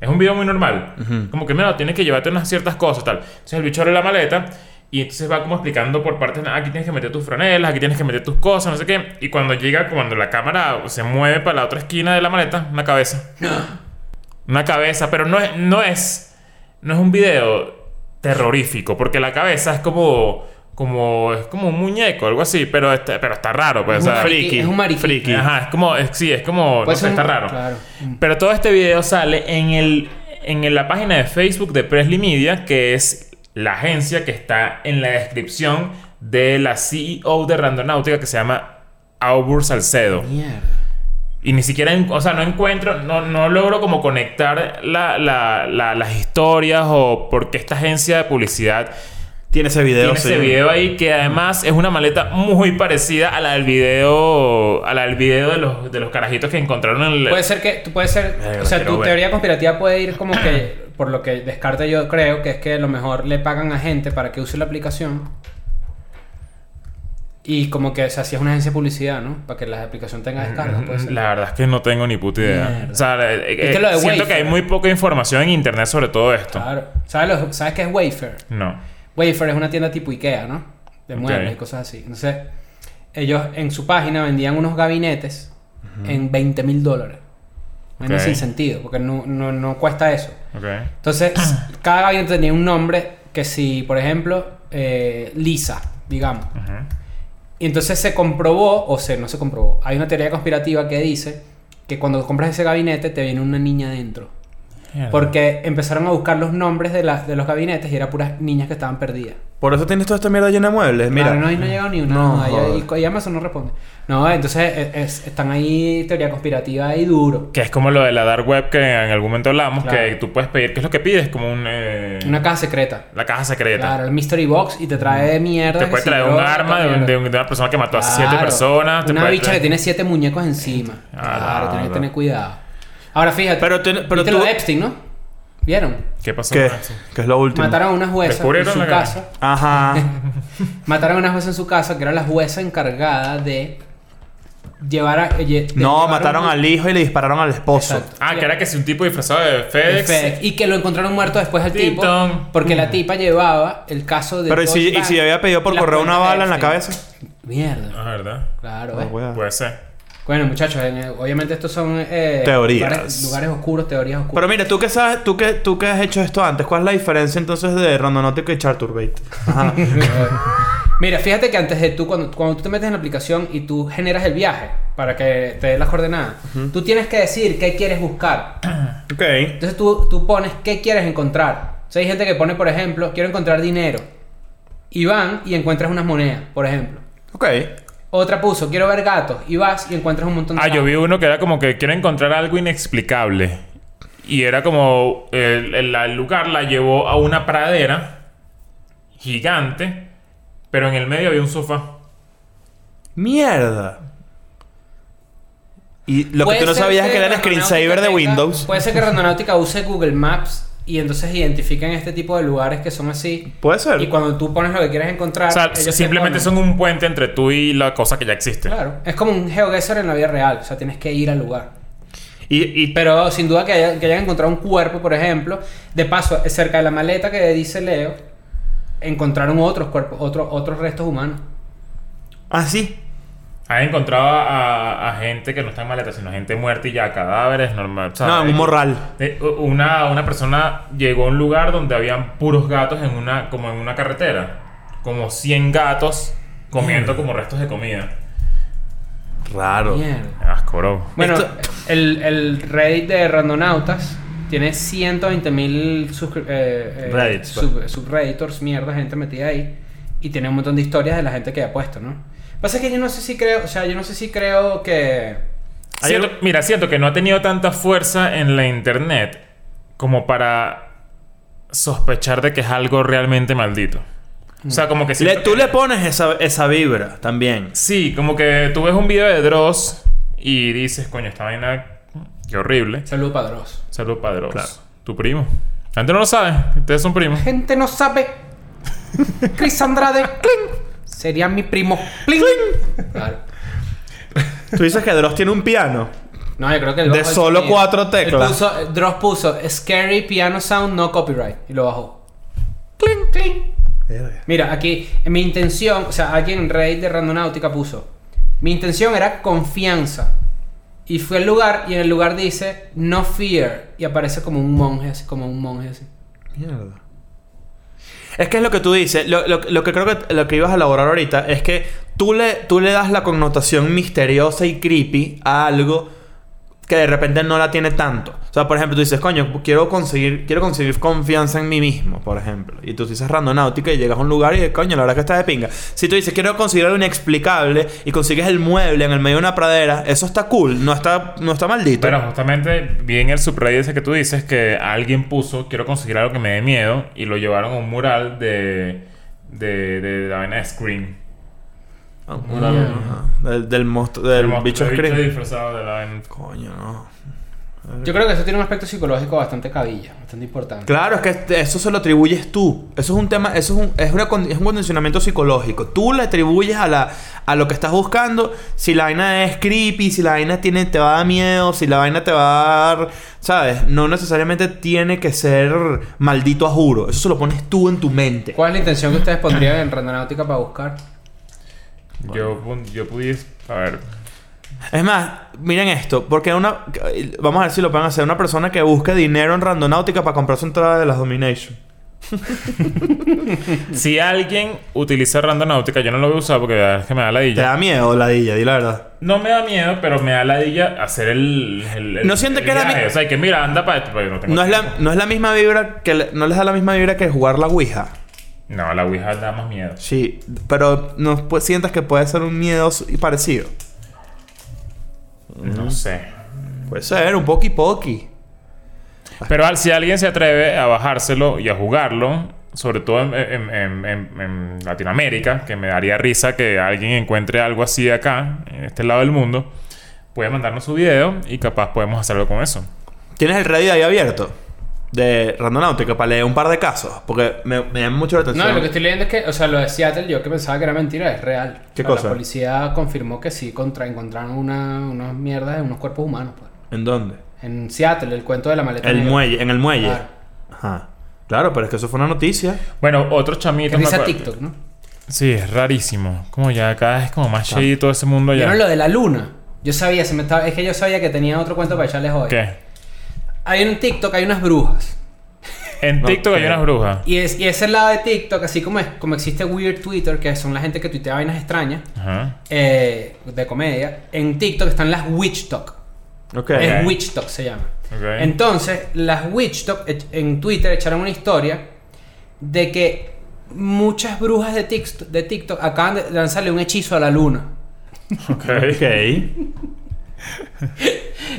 B: Es un video muy normal. Como que, mira, tienes que llevarte unas ciertas cosas, tal. Entonces el bicho abre la maleta y entonces va como explicando por partes, "Ah, aquí tienes que meter tus franelas, aquí tienes que meter tus cosas, no sé qué. Y cuando llega, cuando la cámara se mueve para la otra esquina de la maleta, una cabeza. Una cabeza, pero no es, no es, no es un video terrorífico, porque la cabeza es como, como, es como un muñeco, algo así, pero está, pero está raro, pues,
D: Es
B: o
D: un
B: sea,
D: friki, es un mariquí.
C: Friki.
B: Ajá, es como, es- sí, es como, no
D: Puede
B: sé,
D: ser un-
B: está raro.
D: claro. Mm.
B: Pero todo este video sale en, el, en el- la página de Facebook de Presley Media, que es la agencia que está en la descripción de la CEO de Randonáutica, que se llama Aubur Salcedo. Y ni siquiera, en- o sea, no encuentro, no, no logro como conectar la- la- la- las historias o por qué esta agencia de publicidad
C: Tiene ese video,
B: tiene ese
C: sí.
B: video ahí que además es una maleta muy parecida a la del video, a la del video de los, de los carajitos que encontraron en el...
D: Puede ser que, tú puedes ser,
C: Eh,
D: o sea,
B: quiero
D: tu
B: ver.
D: teoría conspirativa puede ir como que,
B: <clears throat>
D: por lo que descarta yo creo, que es que a lo mejor le pagan a gente para que use la aplicación. Y como que, o sea, si es una agencia de publicidad, ¿no? Para que la aplicación tenga descarga, puede ser.
B: La verdad es que no tengo ni puta idea.
D: Mierda.
B: O sea, eh,
D: Es
B: eh,
D: que lo de
B: siento
D: Wayfair.
B: que hay muy poca información en internet sobre todo esto.
D: Claro. ¿Sabes, lo- ¿Sabes qué es Wayfair?
B: No.
D: Wayfair es una tienda tipo Ikea, ¿no? De
B: Ok.
D: muebles y cosas así. Entonces, ellos en su página vendían unos gabinetes en 20 mil dólares. Bueno,
B: Ok.
D: sin sentido, porque no, no, no cuesta eso.
B: Ok.
D: Entonces, cada gabinete tenía un nombre que si, por ejemplo, eh, Lisa, digamos.
B: Ujú.
D: Y entonces se comprobó, o se, no se comprobó, hay una teoría conspirativa que dice que cuando compras ese gabinete te viene una niña dentro.
B: Mierda.
D: Porque empezaron a buscar los nombres de, las de los gabinetes y eran puras niñas que estaban perdidas.
C: Por eso tienes toda esta mierda llena de muebles. Eh, Mira.
D: Mira, no, ahí no ha llegado ni una.
C: No,
D: No, ahí- ahí-
C: joder.
D: y Amazon no responde. No, entonces es- es- están ahí teoría conspirativa ahí duro.
B: Que es como lo de la dark web que en algún momento hablamos, que
D: Claro.
B: tú puedes pedir, ¿qué es lo que pides? Como un... eh,
D: Una caja secreta.
B: La caja secreta.
D: Claro, el Mystery Box y te trae mierda.
B: Te
D: que
B: puede
D: si
B: traer un
D: droga,
B: arma de,
D: mierda.
B: de una persona que mató a siete
D: Claro.
B: personas. te
D: Una
B: puede
D: bicha
B: traer-
D: que tiene siete muñecos encima.
B: Ah,
D: Claro, tienes que
B: no.
D: tener cuidado. Ahora fíjate.
C: Pero ten- pero
D: ¿viste
C: tú-
D: lo de Epstein, ¿no? ¿Vieron?
B: ¿Qué pasó?
C: ¿Qué?
B: Ah, sí.
C: ¿Qué es lo último?
D: Mataron a una jueza en
B: Descubrieron
D: su
B: la-
D: casa.
C: Ajá.
D: <laughs> Mataron a una jueza en su casa que era la jueza encargada de llevar a. lle- de
C: No,
D: llevar
C: mataron
D: un-
C: al hijo y le dispararon al esposo.
D: Exacto.
B: Ah, que era que si un tipo disfrazado de
D: de
B: FedEx.
D: FedEx, Y que lo encontraron muerto después al
B: Ding
D: tipo.
B: dong.
D: Porque la tipa llevaba el caso de.
C: Mm. Pero ¿y si-
D: Deutsche
C: y si
D: Bank
C: había pedido por
D: y las
C: correo una
D: cuentas de
C: bala en la
D: Epstein?
C: cabeza?
D: Mierda.
B: Ah, ¿verdad?
D: Claro,
C: Ah,
D: eh.
C: wea.
B: Puede ser.
D: Bueno, muchachos, en- eh, obviamente estos son eh,
C: Teorías.
D: Lugares, lugares oscuros, teorías oscuras.
C: Pero mira, tú que sabes, tú que, tú que has hecho esto antes, ¿cuál es la diferencia entonces de Rondonautica y Charturbate?
D: <laughs>
C: Ajá.
D: Mira, fíjate que antes de tú, cuando, cuando tú te metes en la aplicación y tú generas el viaje para que te dé las coordenadas, tú tienes que decir qué quieres buscar.
C: ok.
D: Entonces tú, tú pones qué quieres encontrar. O sea, hay gente que pone, por ejemplo, quiero encontrar dinero. Y van y encuentras unas monedas, por ejemplo.
C: Ok.
D: Otra puso, quiero ver gatos. Y vas y encuentras un montón de
B: Ah, yo
D: gatos.
B: vi uno que era como que quiero encontrar algo inexplicable. Y era como el, el- el lugar la llevó a una pradera gigante, pero en el medio había un sofá.
C: Mierda. Y lo que
D: Puede
C: tú no
D: ser
C: sabías es que era el
D: Randonautica
C: screensaver de
D: tenga-
C: Windows.
D: Puede ser que Randonáutica use Google Maps y entonces identifiquen este tipo de lugares que son así.
C: Puede ser.
D: Y cuando tú pones lo que quieres encontrar,
B: O sea,
D: ellos te
B: simplemente
D: ponen.
B: son un puente entre tú y la cosa que ya existe.
D: Claro, es como un GeoGuessr en la vida real, o sea, tienes que ir al lugar.
C: Y, y-
D: Pero sin duda que, haya- que hayan encontrado un cuerpo, por ejemplo, de paso, cerca de la maleta que dice Leo, encontraron otros cuerpos, otros otros restos humanos.
C: Ah, sí.
B: Han encontrado a, a gente que no está en maleta, sino gente muerta y ya cadáveres, normal. ¿sabes?
C: No, en un morral.
B: Eh, Una, una persona llegó a un lugar donde habían puros gatos en una, como en una carretera. Como 100 gatos comiendo como restos de comida.
C: Raro.
D: Mierda.
B: Asco, bro.
D: Bueno,
C: Esto-
D: el, el Reddit de Randonautas tiene 120.000 mil eh,
C: Reddits, pues.
D: subredditors, mierda, gente metida ahí. Y tiene un montón de historias de la gente que ha puesto, ¿no? Pasa que yo no sé si creo, o sea, yo no sé si creo que.
B: Hay algo- mira, siento que no ha tenido tanta fuerza en la internet como para sospechar de que es algo realmente maldito. O sea, como que
C: Le-
B: siento
C: tú
B: que-
C: le pones esa, esa vibra también.
B: Sí, como que tú ves un video de Dross y dices, coño, esta vaina, qué horrible.
D: Saludo padros.
B: Salud para Dross.
C: Claro.
B: Tu primo. Antes no lo sabes, ustedes son primos.
D: Gente no sabe. Chris Andrade, cling. Sería mi primo, cling. Claro.
C: Tú dices que Dross tiene un piano.
D: No, yo creo que el
C: De
D: bajo-
C: solo
D: sí.
C: cuatro
D: Él
C: teclas.
D: puso- Dross puso Scary Piano Sound No Copyright y lo bajó. Cling, cling. Mira, aquí mi intención, o sea, alguien en Reddit de Randonáutica puso, mi intención era confianza. Y fui al lugar y en el lugar dice no fear y aparece como un monje así, como un monje así.
C: Mierda. Es que es lo que tú dices. Lo, lo- lo que creo que lo que ibas a elaborar ahorita es que tú le, tú le das la connotación misteriosa y creepy a algo que de repente no la tiene tanto. O sea, por ejemplo, tú dices, coño, quiero conseguir, quiero conseguir confianza en mí mismo, por ejemplo. Y tú dices randonáutica y llegas a un lugar y dices, coño, la verdad es que está de pinga. Si tú dices, quiero conseguir algo inexplicable y consigues el mueble en el medio de una pradera, eso está cool, no está, no está maldito.
B: Pero justamente vi en el subreddit ese que tú dices que alguien puso, quiero conseguir algo que me dé miedo, y lo llevaron a un mural de, de, de la vaina de Scream.
C: Ah,
B: Mural,
C: ajá. del, del monstruo, del,
B: El monstruo-
C: bicho
B: el
C: scream.
B: disfrazado de la vaina.
C: Coño, no.
D: Yo creo que eso tiene un aspecto psicológico bastante cabilla, bastante importante.
C: Claro, es que este- eso se lo atribuyes tú. Eso es un tema, eso es un, es una con- es un condicionamiento psicológico. Tú le atribuyes a, la, a lo que estás buscando. Si la vaina es creepy, si la vaina tiene, te va a dar miedo, si la vaina te va a dar. ¿Sabes? No necesariamente tiene que ser maldito a juro. Eso se lo pones tú en tu mente.
D: ¿Cuál es la intención que ustedes pondrían en Randonáutica para buscar?
B: Yo, pun- yo pudiese. A ver.
C: Es más, miren esto, porque una. Vamos a ver si lo pueden hacer. Una persona que busque dinero en randonáutica para comprarse entrada de las Domination.
B: Si alguien utiliza Randonáutica, yo no lo voy a usar porque la verdad es que me da
C: Te
B: ladilla.
C: da miedo, ladilla, di la verdad.
B: No me da miedo, pero me da ladilla hacer el. el- el-
C: No siente
B: el
C: que era
B: viaje.
C: mi-
B: O sea, que mira, anda para esto, pero yo no tengo.
C: No es, la,
B: tiempo.
C: no es la misma vibra que le- no les da la misma vibra que jugar la Ouija.
B: No, la Ouija da más miedo.
C: Sí, pero no pu- sientas que puede ser un miedo s- parecido. Mm.
B: No sé.
C: Puede ser un poqui poqui.
B: Pero al- si alguien se atreve a bajárselo y a jugarlo, sobre todo en, en- en- en- en Latinoamérica, que me daría risa que alguien encuentre algo así acá, en este lado del mundo, puede mandarnos su video y capaz podemos hacerlo con eso.
C: Tienes el Reddit ahí abierto de Randonáutica para leer un par de casos, porque me, me llama mucho la atención.
D: No, lo que estoy leyendo es que, o sea, lo de Seattle, yo que pensaba que era mentira, es real.
C: ¿Qué
D: O sea,
C: cosa?
D: La policía confirmó que sí contra, encontraron una, unas mierdas en unos cuerpos humanos, pues.
C: ¿En dónde?
D: En Seattle, el Ah. cuento de la maleta.
C: El
D: negra.
C: muelle, en el muelle.
D: Claro.
C: Ajá. Claro, pero es que eso fue una noticia.
B: Bueno, otro
D: Que
B: chamito. me
D: dice
B: acuerdo-
D: TikTok, ¿no?
B: Sí, es rarísimo. Como ya cada vez como más shady todo ese mundo ya.
D: Vieron lo de la luna. Yo sabía, se me estaba, es que yo sabía que tenía otro cuento para echarles hoy.
B: ¿Qué?
D: Hay un TikTok, hay unas brujas.
B: En
C: No,
B: TikTok hay
C: ¿qué?
B: unas brujas.
D: Y, es, y ese lado de TikTok, así como, es, como existe Weird Twitter, que son la gente que tuitea vainas extrañas,
B: Ajá.
D: eh, de comedia, en TikTok están las Witch Talk.
C: Ok.
D: Es Witch Talk se llama.
B: Ok.
D: Entonces, las Witch Talk ech- en Twitter echaron una historia de que muchas brujas de TikTok, de TikTok acaban de lanzarle un hechizo a la luna.
B: Ok.
C: Ok.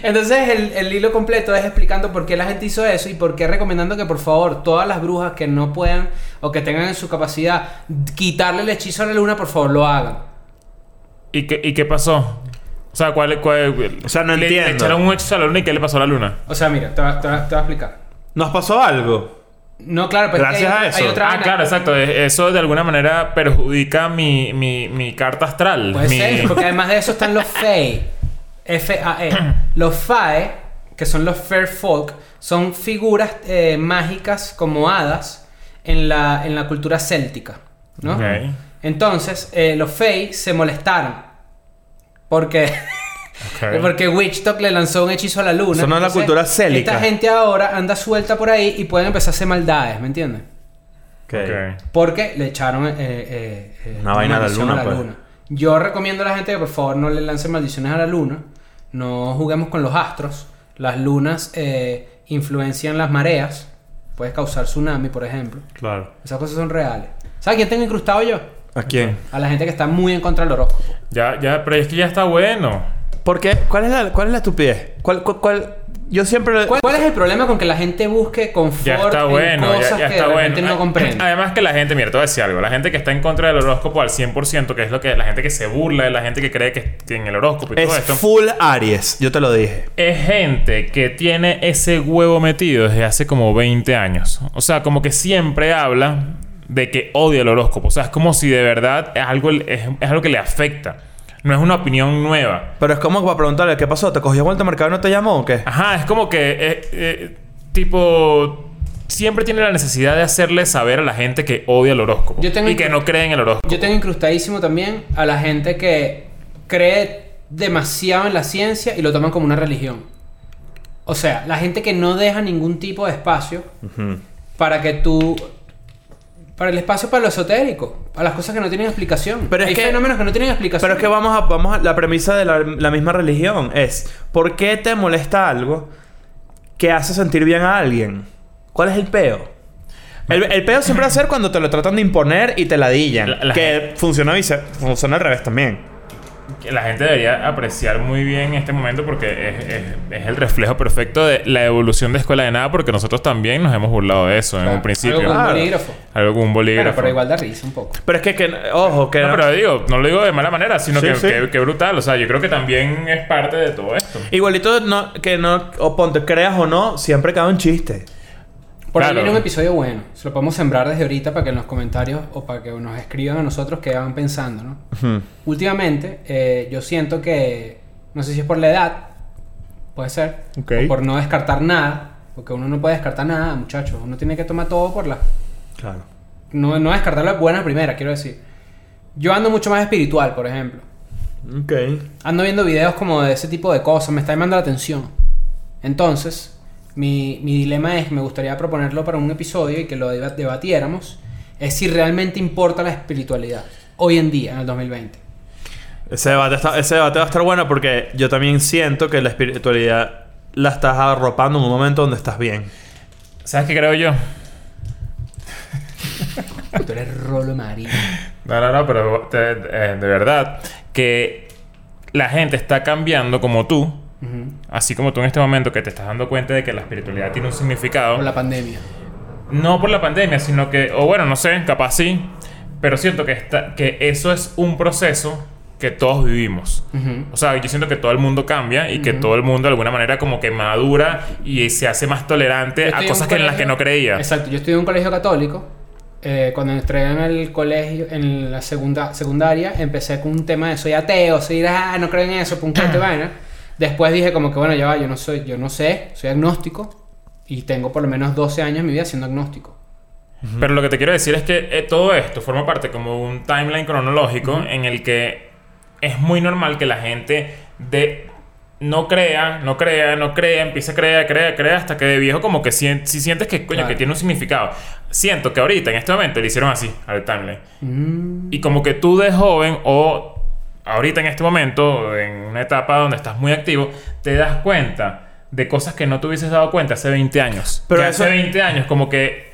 D: Entonces, el, el hilo completo es explicando por qué la gente hizo eso y por qué recomendando que, por favor, todas las brujas que no puedan o que tengan en su capacidad quitarle el hechizo a la luna, por favor, lo hagan.
B: ¿Y qué, ¿Y qué pasó? O sea, ¿cuál, cuál
C: O sea, no
B: le- Le
C: entiendo.
B: echaron un hechizo a la luna y ¿qué le pasó a la luna?
D: O sea, mira, te, va- te va- te voy a explicar.
C: ¿Nos pasó algo?
D: No, claro, pero es que
C: Gracias
D: hay,
C: a
D: otra- hay
C: eso.
D: otra
B: Ah,
D: vaina.
B: claro, exacto. E- Eso de alguna manera perjudica mi, mi, mi carta astral.
D: Puede
B: mi... <laughs>
D: ser, porque además de eso están
C: <clears throat>
D: los FAE. F-A-E. Los FAE, que son los Fair Folk, son figuras eh, mágicas como hadas en la, en la cultura céltica. ¿no?
B: Ok.
D: Entonces, eh, los FAE se molestaron Porque,
B: Ok.
D: <laughs> porque Witch Talk le lanzó un hechizo a la luna.
C: Eso no es la
D: Entonces,
C: cultura célica.
D: Esta gente ahora anda suelta por ahí y pueden empezar a hacer maldades, ¿me entiendes?
B: Ok.
D: Porque le echaron eh, eh, eh,
C: Una vaina a la
D: maldición
C: luna, pues.
D: Yo recomiendo a la gente que por favor no le lancen maldiciones a la luna. No juguemos con los astros. Las lunas eh, influencian las mareas. Puedes causar tsunami, por ejemplo.
B: Claro.
D: Esas cosas son reales. ¿Sabes quién tengo incrustado yo?
C: ¿A quién?
D: A la gente que está muy en contra del horóscopo.
B: Ya, ya, pero es que ya está bueno.
C: ¿Por qué? ¿Cuál es la, cuál es la estupidez? ¿Cuál, cuál, cuál? Yo siempre...
D: ¿Cuál, cuál es el problema con que la gente busque confort
B: Ya está
D: en
B: bueno, ya-
D: cosas
B: ya,
D: que
B: está
D: de
B: bueno.
D: repente no
B: Ah,
D: comprende?
B: <clears throat> Además que la gente, mira, te voy a decir algo. La gente que está en contra del horóscopo al 100%, que es lo que la gente que se burla, la gente que cree que, que en el horóscopo y todo
C: Es
B: esto.
C: full Aries, yo te lo dije.
B: es gente que tiene ese huevo metido desde hace como 20 años. O sea, como que siempre habla de que odia el horóscopo. O sea, es como si de verdad es algo, es, es algo que le afecta. No es una opinión nueva.
C: Pero es como para preguntarle, ¿qué pasó? ¿Te cogió Walter Mercado y no te llamó o qué?
B: Ajá, es como que, eh, eh, tipo, siempre tiene la necesidad de hacerle saber a la gente que odia el horóscopo.
D: Yo tengo
B: y que
D: inclu-
B: no cree en el horóscopo.
D: Yo tengo incrustadísimo también a la gente que cree demasiado en la ciencia y lo toman como una religión. O sea, la gente que no deja ningún tipo de espacio para que tú... Para el espacio para lo esotérico, para las cosas que no tienen explicación.
C: Pero es
D: Hay
C: que-
D: fenómenos que no tienen explicación.
C: Pero es que vamos a, vamos a la premisa de la, la misma religión. Es, ¿por qué te molesta algo que hace sentir bien a alguien? ¿Cuál es el peo? El, el peo siempre va a ser cuando te lo tratan de imponer y te ladillan.
B: La- la
C: que funciona, vice- funciona al revés también.
B: que la gente debería apreciar muy bien este momento porque es, es- es el reflejo perfecto de la evolución de Escuela de Nada porque nosotros también nos hemos burlado de eso en un principio.
D: Algo con un
C: Claro.
D: bolígrafo.
B: Algún
D: Bueno,
B: bolígrafo.
D: pero igual da risa un poco.
C: Pero es que, que- ojo, que...
B: No, pero digo, no lo digo de mala manera, sino
C: Sí,
B: que,
C: sí.
B: que- que brutal. O sea, yo creo que también es parte de todo esto.
C: Igualito, no, que no... O ponte, creas o no, siempre queda un chiste.
D: Por ahí
B: Claro.
D: viene un episodio bueno. Se lo podemos sembrar desde ahorita para que en los comentarios o para que nos escriban a nosotros qué van pensando, ¿no? Últimamente, eh, yo siento que, no sé si es por la edad, puede ser,
C: Ok.
D: o por no descartar nada, porque uno no puede descartar nada, muchachos. Uno tiene que tomar todo por la.
C: Claro.
D: No, no descartar la buena primera, quiero decir. Yo ando mucho más espiritual, por ejemplo.
C: Ok.
D: Ando viendo videos como de ese tipo de cosas, me está llamando la atención. Entonces, mi, mi dilema es, me gustaría proponerlo para un episodio y que lo deba- debatiéramos, es si realmente importa la espiritualidad hoy en día, en el 2020.
C: Ese debate, está- ese debate va a estar bueno porque yo también siento que la espiritualidad la estás arropando en un momento donde estás bien.
B: ¿Sabes qué creo yo?
D: Tú eres rolo marido.
B: No, no, no, pero te- eh, de verdad que la gente está cambiando como tú, así como tú en este momento que te estás dando cuenta de que la espiritualidad tiene un significado.
D: Por la pandemia.
B: No por la pandemia, sino que, o bueno, no sé, capaz sí, pero siento que, está, que eso es un proceso que todos vivimos.
D: Ujú.
B: O sea, yo siento que todo el mundo cambia y que todo el mundo de alguna manera como que madura y se hace más tolerante
D: Yo estoy
B: a
D: en
B: cosas
D: un
B: que en las
D: colegio-
B: que no creía.
D: Exacto, yo estudié en un colegio católico. Eh, cuando entré en el colegio, en la segunda, secundaria, empecé con un tema de soy ateo, soy ah, no creo en eso, punto de vaina. Después dije como que bueno, ya va, yo no soy, yo no sé, soy agnóstico y tengo por lo menos 12 años de mi vida siendo agnóstico.
B: Pero lo que te quiero decir es que eh, todo esto forma parte como un timeline cronológico en el que es muy normal que la gente de no crea, no crea, no crea, empieza a creer, crea, crea, hasta que de viejo como que si, si sientes que coño,
D: Claro.
B: que tiene un significado. Siento que ahorita, en este momento, le hicieron así al timeline. Y como que tú de joven o ahorita en este momento, en una etapa donde estás muy activo, te das cuenta de cosas que no te hubieses dado cuenta hace 20 años.
C: Pero
B: Que
C: eso-
B: hace 20 años, como que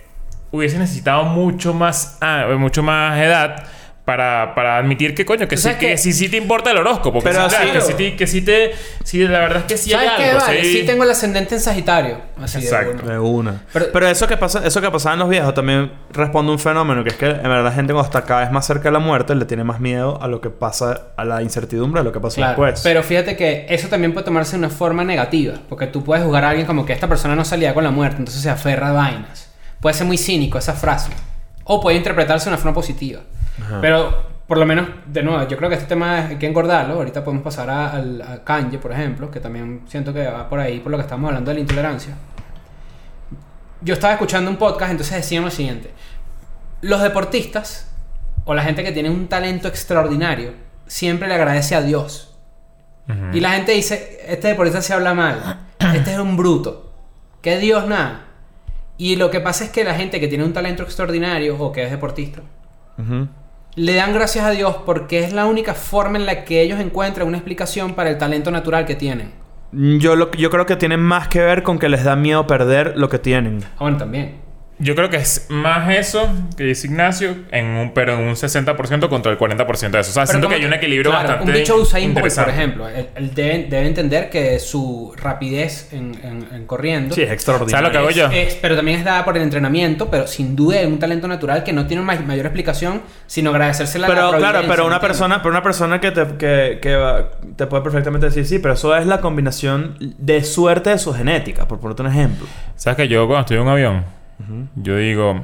B: hubieses necesitado mucho más, ah, mucho más edad. Para, para admitir que coño, que sí,
D: sabes
B: que,
D: que-
B: sí, sí te importa el horóscopo. Que,
C: Pero
B: sí, claro,
C: así-
B: que, sí, te- que sí te... Sí, la verdad es que sí hay
D: ¿Sabes qué?
B: algo.
D: Vale,
B: sí.
D: sí tengo el ascendente en Sagitario. Así de
B: Exacto.
D: bueno.
C: De una.
D: Pero-
C: Pero, eso que pasa, eso que pasaba en los viejos también responde a un fenómeno que es que en verdad la gente cuando está cada vez más cerca de la muerte le tiene más miedo a lo que pasa, a la incertidumbre, a lo que pasa
D: Claro,
C: después.
D: pero fíjate que eso también puede tomarse de una forma negativa, porque tú puedes jugar a alguien como que esta persona no salía con la muerte, entonces se aferra a vainas. Puede ser muy cínico esa frase, o puede interpretarse de una forma positiva. Pero por lo menos, de nuevo, yo creo que este tema hay que engordarlo. Ahorita podemos pasar a, al- a Kanye, por ejemplo, que también siento que va por ahí, por lo que estamos hablando de la intolerancia. Yo estaba escuchando un podcast, entonces decían lo siguiente. Los deportistas o la gente que tiene un talento extraordinario siempre le agradece a Dios Y la gente dice, este deportista se
B: <clears throat>
D: habla mal, este es un bruto, que Dios nada. Y lo que pasa es que la gente que tiene un talento extraordinario o que es deportista,
C: Ujú.
D: le dan gracias a Dios porque es la única forma en la que ellos encuentran una explicación para el talento natural que tienen.
C: Mm, Yo, lo, yo creo que tiene más que ver con que les da miedo perder lo que tienen.
D: Ah, bueno, también.
B: Yo creo que es más eso que dice Ignacio, en un, pero en un 60% contra el 40% de eso. O sea, siento
D: como
B: que hay un equilibrio
D: claro,
B: bastante.
D: Un bicho Usain Bolt, por
B: interesante.
D: ejemplo, él, él debe, debe entender que su rapidez en, en- en corriendo
C: Sí, es
B: ¿Sabes
C: extraordinario.
B: lo que hago <laughs> yo?
D: es- Eh, pero también es dada por el entrenamiento, pero sin duda es un talento natural que no tiene ma- mayor explicación, sino agradecerse la
C: Pero claro,
D: providencia,
C: pero una
D: ¿entiendes?
C: persona, pero una persona que te, que, que va- te puede perfectamente decir sí, pero eso es la combinación de suerte de su genética, por ponerte un ejemplo.
B: ¿Sabes que yo cuando estoy en un avión, yo digo.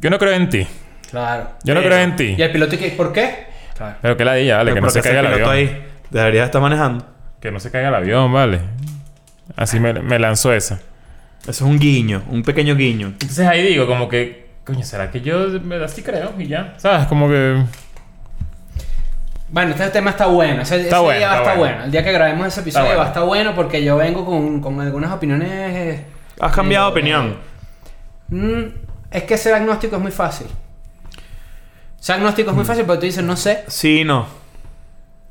B: Yo no creo en ti.
D: Claro.
B: Yo no
C: Eso.
B: creo en ti.
D: ¿Y el piloto qué? ¿Por qué? Claro.
B: Pero que la di, vale, que
C: Pero
B: no se
C: porque
B: caiga el
C: ese
B: avión.
C: piloto ahí debería estar manejando.
B: Que no se caiga el avión, vale. Así me, me lanzó esa.
C: Eso es un guiño, un pequeño guiño.
B: Entonces ahí digo, como que. Coño, ¿será que yo me da sí creo? Y ya. ¿Sabes? Como que.
D: Bueno, este tema está bueno. Ese, ese
B: bueno,
D: día va a
B: está
D: estar
B: bueno.
D: bueno. El día que grabemos ese episodio
B: bueno.
D: va a estar bueno porque yo vengo con, con algunas opiniones. eh,
C: Has cambiado de
D: eh,
C: opinión.
D: Mm, es que ser agnóstico es muy fácil. Ser agnóstico
B: Mm.
D: es muy fácil, pero tú dices, no sé.
C: Sí, no.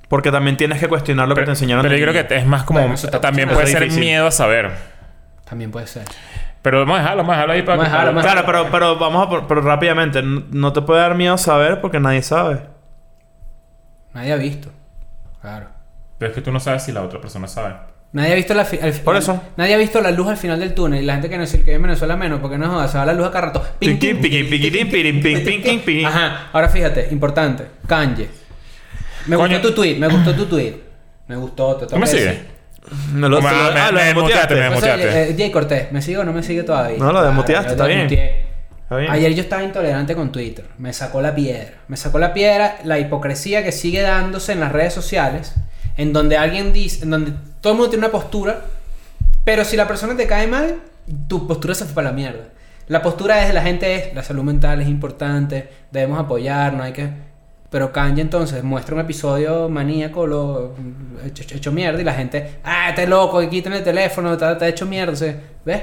C: Porque también tienes que cuestionar lo que te enseñaron.
B: pero
C: de
B: yo creo
C: niño.
B: que es más como.
D: Bueno, eso está-
B: también
C: eso
B: puede
C: es
B: ser
C: difícil.
B: miedo a saber.
D: También puede ser.
B: Pero vamos a dejarlo, vamos a dejarlo ahí para.
D: Vamos a dejarlo, vamos a
C: Claro, pero, pero vamos a por- pero rápidamente. n- No te puede dar miedo saber porque nadie sabe.
D: Nadie ha visto. Claro.
B: Pero es que tú no sabes si la otra persona sabe.
D: Nadie ha visto la fi- al fi-
C: Por eso.
D: Nadie ha visto la luz al final del túnel. Y la gente que no que vive en Venezuela menos, porque no joda, se va la luz a cada rato. Ping,
C: Piquín,
D: ping,
C: piquín, piquitín, pirín, pin, pin, pin, pin.
D: Ajá, ahora fíjate, importante, Kanye. Me
B: Coño.
D: gustó tu tweet, me gustó tu tweet. Me gustó, te tengo
B: ¿No me
D: que
B: sigue?
D: decir.
C: No lo,
B: Me-
C: ah,
B: me-
C: lo
B: me
C: desmuteaste.
B: desmuteaste,
D: Entonces,
B: muteaste.
D: eh, Jay Cortés, ¿me sigue o no me sigue todavía?
C: No, lo desmuteaste,
D: Claro,
C: está bien.
D: desmuteé.
C: Está bien.
D: Ayer yo estaba intolerante con Twitter. Me sacó la piedra. Me sacó la piedra la hipocresía que sigue dándose en las redes sociales, en donde alguien dice, en donde todo el mundo tiene una postura, pero si la persona te cae mal, tu postura se fue para la mierda. La postura es de la gente es, la salud mental es importante, debemos apoyarnos, hay que... Pero Kanye entonces muestra un episodio maníaco, lo, hecho, hecho mierda, y la gente, ah, este loco, quítame el teléfono, te, te ha hecho mierda, o sea, ¿ves?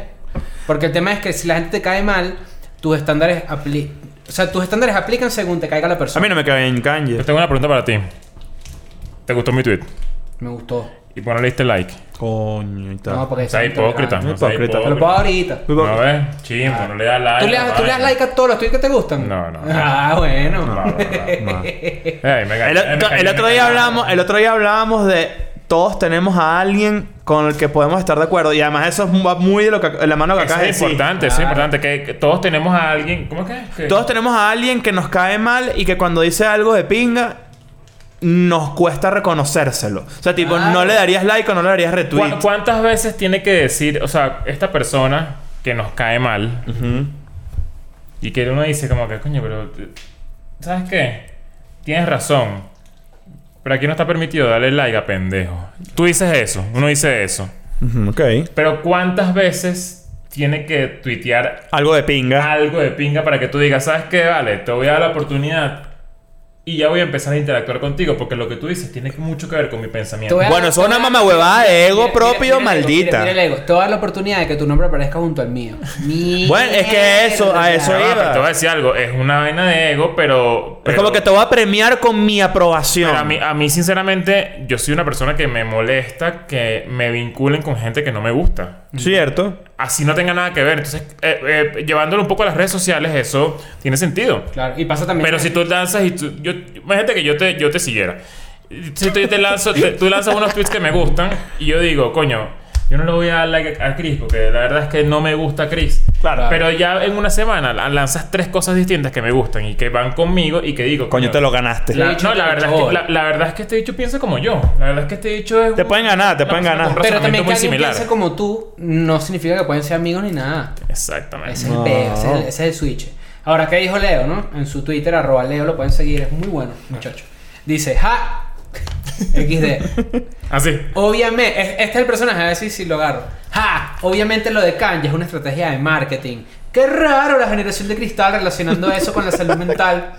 D: Porque el tema es que si la gente te cae mal, tus estándares apli o sea, tus estándares aplican según te caiga la
C: A
D: persona.
C: mí no me cae bien Kanye.
B: Yo tengo una pregunta para ti. ¿Te gustó mi tweet?
D: Me gustó.
B: Y ponle este like.
C: Coño, y tal.
D: No, porque
B: Está
D: soy
B: hipócrita.
D: intolerante.
B: no sea
C: Hipócrita.
D: Te lo pongo ahorita.
C: Muy
B: No
C: poco.
B: ves, chimbo, no le das like.
D: ¿Tú le, das,
B: no
D: ¿Tú le das
B: vaina.
D: like a todos los tweets que te gustan?
B: No, no.
D: Ah, bueno.
B: No, no, no,
C: no.
B: Ey, me caí,
C: El,
B: me
C: otro-
B: caí,
C: el
B: me
C: otro
B: caí.
C: día hablábamos, el otro día hablábamos de todos tenemos a alguien con el que podemos estar de acuerdo y además eso es va muy de lo que la mano que
B: Eso
C: acabas de
B: es
C: decir.
B: importante, eso es importante. Que, que todos tenemos a alguien. ¿Cómo es que? es? que
C: Ah. Todos tenemos a alguien que nos cae mal y que cuando dice algo de pinga nos cuesta reconocérselo. O sea, tipo,
D: Claro.
C: no le darías like o no le darías
B: ¿Cu-
C: retweet.
B: ¿Cuántas veces tiene que decir, o sea, esta persona que nos cae mal
C: Ujú.
B: y que uno dice, como que, coño, pero. eh, ¿Sabes qué? Tienes razón. Pero aquí no está permitido darle like a pendejo. Tú dices eso, uno dice eso.
C: Ujú, ok.
B: Pero ¿cuántas veces tiene que tuitear
C: Algo de pinga.
B: algo de pinga para que tú digas, ¿sabes qué? Vale, te voy a dar la oportunidad y ya voy a empezar a interactuar contigo porque lo que tú dices tiene mucho que ver con mi
D: Te
B: pensamiento.
D: voy a-
C: Bueno, eso es una
D: te voy a-
C: mamahuevada de ego propio,
D: el ego,
C: maldita.
D: Mira, mira el ego. Te voy a dar la oportunidad de que tu nombre aparezca junto
C: <laughs>
D: al mío.
C: Bueno, es que eso- a eso
B: Ya va,
C: iba.
B: pero te voy a decir algo, es una vaina de ego, pero...
C: Es
B: pero-
C: como que te voy a premiar con mi aprobación.
B: pero a mí, a mí, sinceramente, yo soy una persona que me molesta que me vinculen con gente que no me gusta.
C: Cierto.
B: Así no tenga nada que ver. Entonces, eh, eh, llevándolo un poco a las redes sociales, eso tiene sentido.
D: Claro, y pasa también.
B: Pero si tú lanzas y tú... Yo, imagínate que yo te, yo te siguiera. Si tú, yo te lanzo, te- tú lanzas unos tweets que me gustan y yo digo, coño, yo no le voy a dar like a Chris porque la verdad es que no me gusta Chris.
C: Claro.
B: Pero ya en una semana la- lanzas tres cosas distintas que me gustan y que van conmigo y que digo,
C: Coño, te lo ganaste.
B: La,
D: Este bicho
B: no, la
D: te
B: verdad, es
D: cachó.
B: que, la, la verdad es que este dicho piensa como yo. La verdad es que este dicho es...
C: Te
B: un-
C: pueden ganar, te
B: una
C: pueden
B: persona
C: ganar.
B: con un
D: Pero
B: razonamiento
D: también que
B: muy
D: alguien
B: similar.
D: piense como tú no significa que pueden ser amigos ni nada.
B: Exactamente.
D: Ese es el peo, ese es el, ese es el switch. Ahora, ¿qué dijo Leo, no? En su Twitter, arroba Leo, lo pueden seguir, es muy bueno, muchacho. Dice, ja, <laughs> XD.
B: Así.
D: Obviamente, es- este es el personaje, a ver si, si lo agarro. Ja, obviamente lo de Kanye es una
B: <laughs>
D: estrategia de marketing. Qué raro la generación de cristal relacionando eso con la salud mental.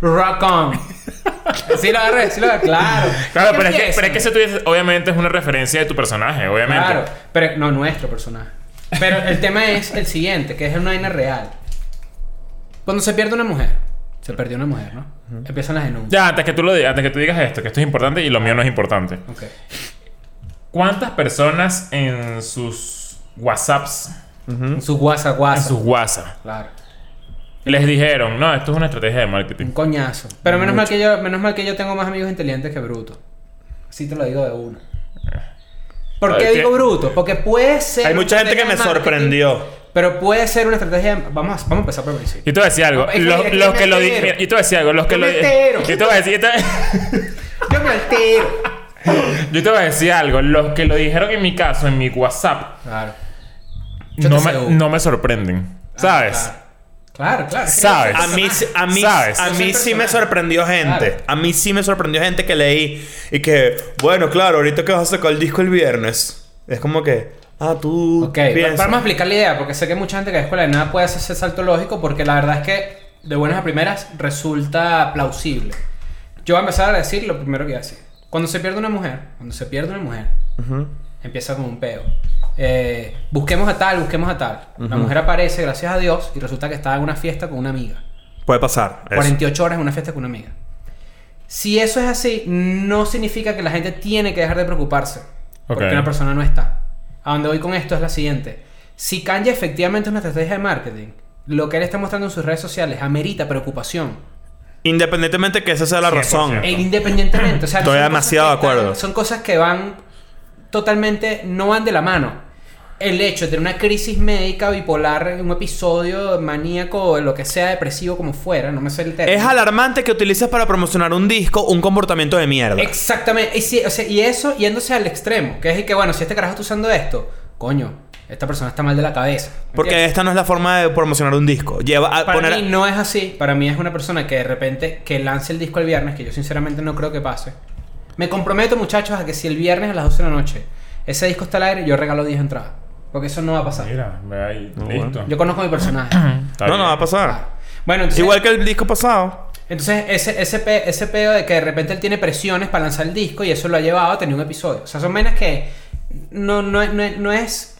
D: rock on. sí lo agarré, sí lo agarré, claro.
B: Claro,
D: ¿Qué
B: pero es, que,
D: empieza?
B: pero es que eso tú dices, obviamente es una referencia de tu personaje, obviamente.
D: Claro, pero no nuestro personaje. Pero el tema es el siguiente, que es una vaina real. Cuando se pierde una mujer, se perdió una mujer, ¿no? Empiezan las denuncias.
B: Ya, antes que tú lo digas, antes que tú digas esto, que esto es importante y lo mío no es importante.
D: Ok.
B: ¿Cuántas personas en sus WhatsApps,
D: Su guasa
B: en
D: guasa.
B: sus WhatsApp,
D: Claro.
B: les dijeron, no, esto es una estrategia de
D: Un
C: Este.
B: marketing?
D: coñazo. Pero menos mal que yo, menos mal que yo tengo más amigos inteligentes que brutos. Así te lo digo de uno. ¿Por
B: Ay,
D: qué
B: que-
D: digo bruto? Porque puede ser.
C: Hay
D: una
C: mucha gente que me
D: estrategia de marketing,
C: sorprendió.
D: Pero puede ser una estrategia. de- Vamos, a- vamos a empezar por el principio.
B: Yo te voy a decir algo.
D: Ah, Es que
B: Los,
D: mira, que
B: los que lo di-
D: metero.
B: mira, Yo te voy a decir algo. Los que
D: Que
B: lo di-
D: metero.
B: Yo te voy a <laughs> decir. yo te-
D: Yo me altero.
B: Yo te voy a decir algo. Los que lo dijeron en mi caso, en mi WhatsApp,
D: Claro. Yo
B: no
D: te
B: me,
D: cebo.
B: no me sorprenden.
C: Ah,
B: ¿Sabes?
D: Ah, Claro, claro.
B: Sabes.
C: A mí, a mí,
B: ¿Sabes?
C: a mí
D: Yo soy
C: sí me
D: personaje.
C: sorprendió gente.
D: Claro.
C: A mí sí me sorprendió gente que leí y que, bueno, claro, ahorita que vas a sacar el disco el viernes. Es como que, ah, tú.
D: Ok, pa-
C: piensas.
D: vamos a explicar la idea, porque sé que mucha gente que es escuela de nada puede hacer ese salto lógico, porque la verdad es que de buenas a primeras resulta plausible. Yo voy a empezar a decir lo primero que voy a decir. Cuando se pierde una mujer, cuando se pierde una mujer,
C: Ujú.
D: empieza con un peo. Eh, busquemos a tal, busquemos a tal. La mujer aparece, gracias a Dios, y resulta que estaba en una fiesta con una amiga.
C: Puede pasar. eso.
D: 48 horas en una fiesta con una amiga. Si eso es así, no significa que la gente tiene que dejar de preocuparse. Porque
B: Ok.
D: una persona no está. A donde voy con esto es la siguiente. Si Kanye efectivamente es una estrategia de marketing, lo que él está mostrando en sus redes sociales amerita preocupación.
C: Independientemente que esa sea la
B: 100%.
C: razón.
D: E independientemente. O sea,
C: Estoy
D: son
C: demasiado
D: cosas que
C: de acuerdo.
D: están- son cosas que van totalmente, no van de la mano. El hecho de tener una crisis médica bipolar, un episodio maníaco, lo que sea, depresivo, como fuera, no me sé el término.
C: Es alarmante que utilices para promocionar un disco un comportamiento de mierda.
D: Exactamente. Y, si- o sea, y eso yéndose al extremo, que es el que, bueno, si este carajo está usando esto, coño, esta persona está mal de la cabeza. ¿me
C: Porque
D: entiendes?
C: esta no es la forma de promocionar un disco. Lleva a
D: Para
C: poner.
D: mí no es así. Ah, Para mí es una persona que de repente que lance el disco el viernes, que yo sinceramente no creo que pase. Me comprometo, muchachos, a que si el viernes a las 12 de la noche ese disco está al aire, yo regalo 10 entradas. Porque eso no va a pasar.
B: Mira, ve ahí.
C: No,
B: Listo.
C: bueno.
D: Yo conozco a mi personaje.
B: Está
C: No, no
B: bien.
C: va a
D: Claro.
C: pasar.
D: Bueno, entonces,
C: Igual que el disco pasado.
D: entonces ese, ese, pe- ese pedo de que de repente él tiene presiones para lanzar el disco y eso lo ha llevado a tener un episodio. O sea, son menos que no, no, es- no es- no es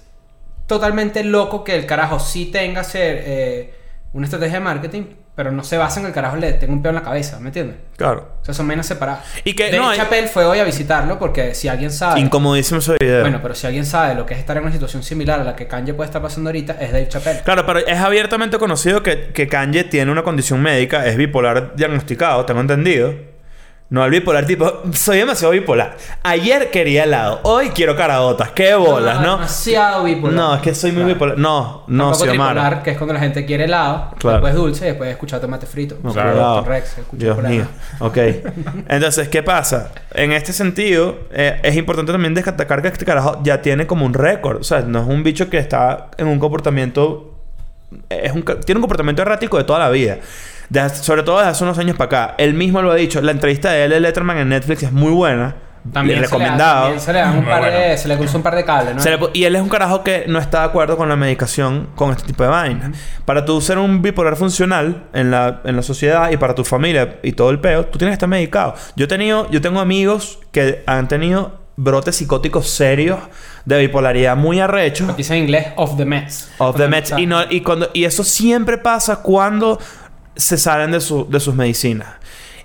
D: totalmente loco que el carajo sí tenga ser eh, una estrategia de marketing, pero no se basa en que el carajo le tenga un peo en la cabeza, ¿me entiendes?
C: Claro.
D: O sea, son menos separados.
C: Y que
D: Dave
C: no eh. hay-
D: Chappelle fue hoy a visitarlo porque si alguien sabe...
C: Incomodísimo ese video.
D: Bueno, pero si alguien sabe lo que es estar en una situación similar a la que Kanye puede estar pasando ahorita, es Dave Chappelle.
C: Claro, pero es abiertamente conocido que, que Kanye tiene una condición médica, es bipolar diagnosticado, tengo entendido. No el bipolar tipo, <laughs> soy demasiado bipolar. Ayer quería helado, hoy quiero caraotas, qué bolas, ¿no?
D: Demasiado bipolar.
C: No, es que soy muy
D: Claro.
C: bipolar. No, no,
D: Tampoco
C: Xiomara.
D: tripolar, que es cuando la gente quiere helado,
C: Claro.
D: después dulce, y después escuchar tomate frito.
C: No,
B: Claro.
C: cuidado.
D: Dr. Rex, escucha
C: Dios
D: por ahí.
C: mío.
D: <laughs>
C: Ok. Entonces, ¿qué pasa? En este sentido, eh, es importante también destacar que este carajo ya tiene como un récord. O sea, no es un bicho que está en un comportamiento. eh, Es un, ca- tiene un comportamiento errático de toda la vida. De hace- sobre todo desde hace unos años para acá. Él mismo lo ha dicho. La entrevista de él, de Letterman, en Netflix es muy buena. También
D: También se le da-
C: recomendado.
D: también se le dan un
B: Muy
D: par de...
B: Ah, bueno.
D: Se le cruzó un par de cables, ¿no?
C: Se le pu- y él es un carajo que no está de acuerdo con la medicación, con este tipo de vaina. Para tú ser un bipolar funcional en la, en la sociedad y para tu familia y todo el peo, tú tienes que estar medicado. Yo, he tenido, yo tengo amigos que han tenido brotes psicóticos serios de bipolaridad muy arrechos.
D: Aquí dice en inglés, off the meds.
C: Of the meds.
D: Está.
C: Y, no, y, cuando, y eso siempre pasa cuando se salen de, su- de sus medicinas.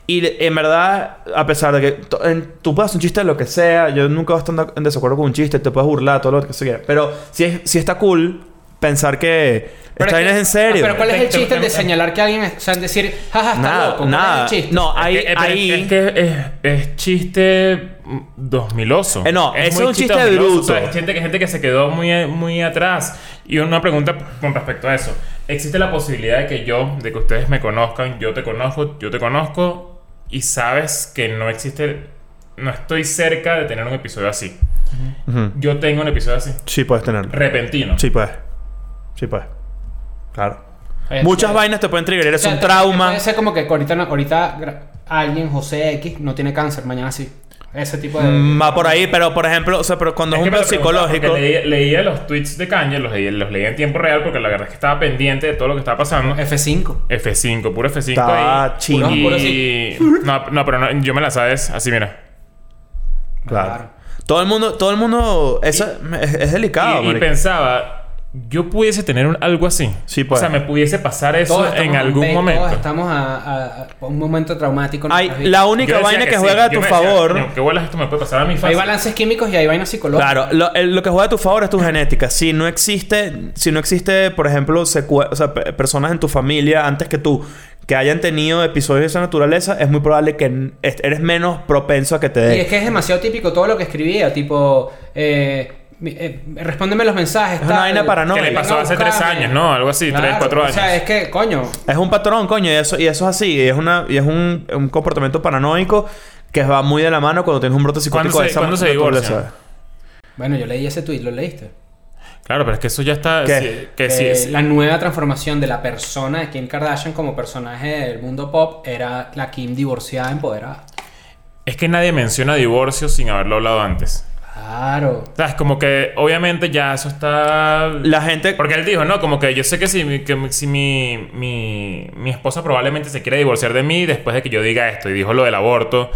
C: Y de- en verdad, a pesar de que to- en- tú puedas hacer un chiste de lo que sea, yo nunca voy a estar en desacuerdo con un chiste, te puedes burlar, todo lo que se quiera. Pero si, es, si está cool pensar que esta
D: Pero es
C: vaina
D: que- ah,
C: es en serio.
D: Pero ¿cuál es
B: Te-
D: el
B: te-
D: chiste
B: te-
D: de señalar que alguien... es- O sea, en decir, jaja, está
C: nada,
D: loco. ¿cuál es
C: nada.
D: el chiste?
C: No,
B: Es
C: ahí.
B: que- eh, pero
C: ahí...
B: Es que es, es chiste mm, dos miloso.
C: Eh, no, ese
B: muy
C: es un chiste de
B: 2000oso,
C: bruto.
B: o sea, es gente, que- gente que se quedó muy, muy atrás. Y una pregunta con respecto a eso. ¿Existe la posibilidad de que yo, de que ustedes me conozcan, yo te conozco, yo te conozco, y sabes que no existe, no estoy cerca de tener un episodio así?
C: Ujú.
B: Yo tengo un episodio así.
C: Sí, puedes tenerlo.
B: Repentino.
C: Sí, puedes. Sí, puedes. Claro.
D: Oye,
C: Muchas
D: sí.
C: vainas te pueden triggerar, es
D: O sea,
C: un trauma.
D: Puede ser como que ahorita, no- ahorita gra- alguien, José X, no tiene cáncer, mañana sí. Ese tipo de...
C: Mm, Va por ahí, pero por ejemplo, o sea, pero cuando es, un
B: que me
C: pedo
B: lo preguntaba porque
C: psicológico.
B: Leía, leía los tweets de Kanye, los leía, los leía en tiempo real porque la verdad es que estaba pendiente de todo lo que estaba pasando.
D: F5.
B: F5, puro F5.
C: Está
B: ahí.
C: chino.
B: Y-
D: Puro así.
B: No, no, pero no, yo me la sabes así, mira.
C: Claro. Todo el mundo, todo el mundo, eso es, es delicado.
B: Y- y,
C: marico.
B: pensaba, yo pudiese tener un- algo así.
C: Sí, pues.
B: O sea, me pudiese pasar
D: Todos
B: eso
D: estamos
B: en algún
D: un-
B: momento.
D: Todos estamos a, a- a un momento traumático. en
C: Hay,
D: nuestras vidas.
C: la
B: Yo
C: única
B: decía
C: vaina que,
B: sí.
C: juega a
B: Yo
C: tu
B: me decía,
C: favor.
B: "Coño, ¿Qué bolas esto me puede pasar a mi
D: Hay
B: fácil?
D: balances químicos y hay vainas psicológicas.
C: Claro, lo, el- lo que juega a tu favor es tu genética. Si no existe, si no existe, por ejemplo, secue- o sea, pe- personas en tu familia antes que tú que hayan tenido episodios de esa naturaleza, es muy probable que n- est- eres menos propenso a que te
D: Y
C: dé.
D: es que es demasiado típico todo lo que escribía, tipo, eh, mi- eh, respóndeme los mensajes.
C: Es una vaina paranoica.
B: Que le
C: Vengan
B: pasó
D: Venga a
B: hace tres
D: buscarme.
B: años, ¿no? Algo así, tres,
D: Claro,
B: cuatro años.
D: O sea, es que, coño,
C: Es un patrón, coño, y eso, y eso es así. Y es, una, y es un, un comportamiento paranoico que va muy de la mano cuando tienes un brote psicótico
B: ¿Cuándo
C: de
B: se-
C: esa
B: cuándo se
C: naturaleza.
B: divorcian?
D: bueno, yo leí ese tweet, ¿lo leíste?
B: Claro, pero es que eso ya está...
C: ¿Qué?
B: sí, que sí,
D: Eh,
B: sí.
D: La nueva transformación de la persona de Kim Kardashian como personaje del mundo pop era la Kim divorciada empoderada.
B: Es que nadie menciona divorcio sin haberlo hablado antes.
D: Claro.
B: O sea, es como que obviamente ya eso está...
C: La gente.
B: Porque él dijo, no, como que yo sé que si, mi- que mi- si mi, mi, mi esposa probablemente se quiere divorciar de mí después de que yo diga esto y dijo lo del aborto,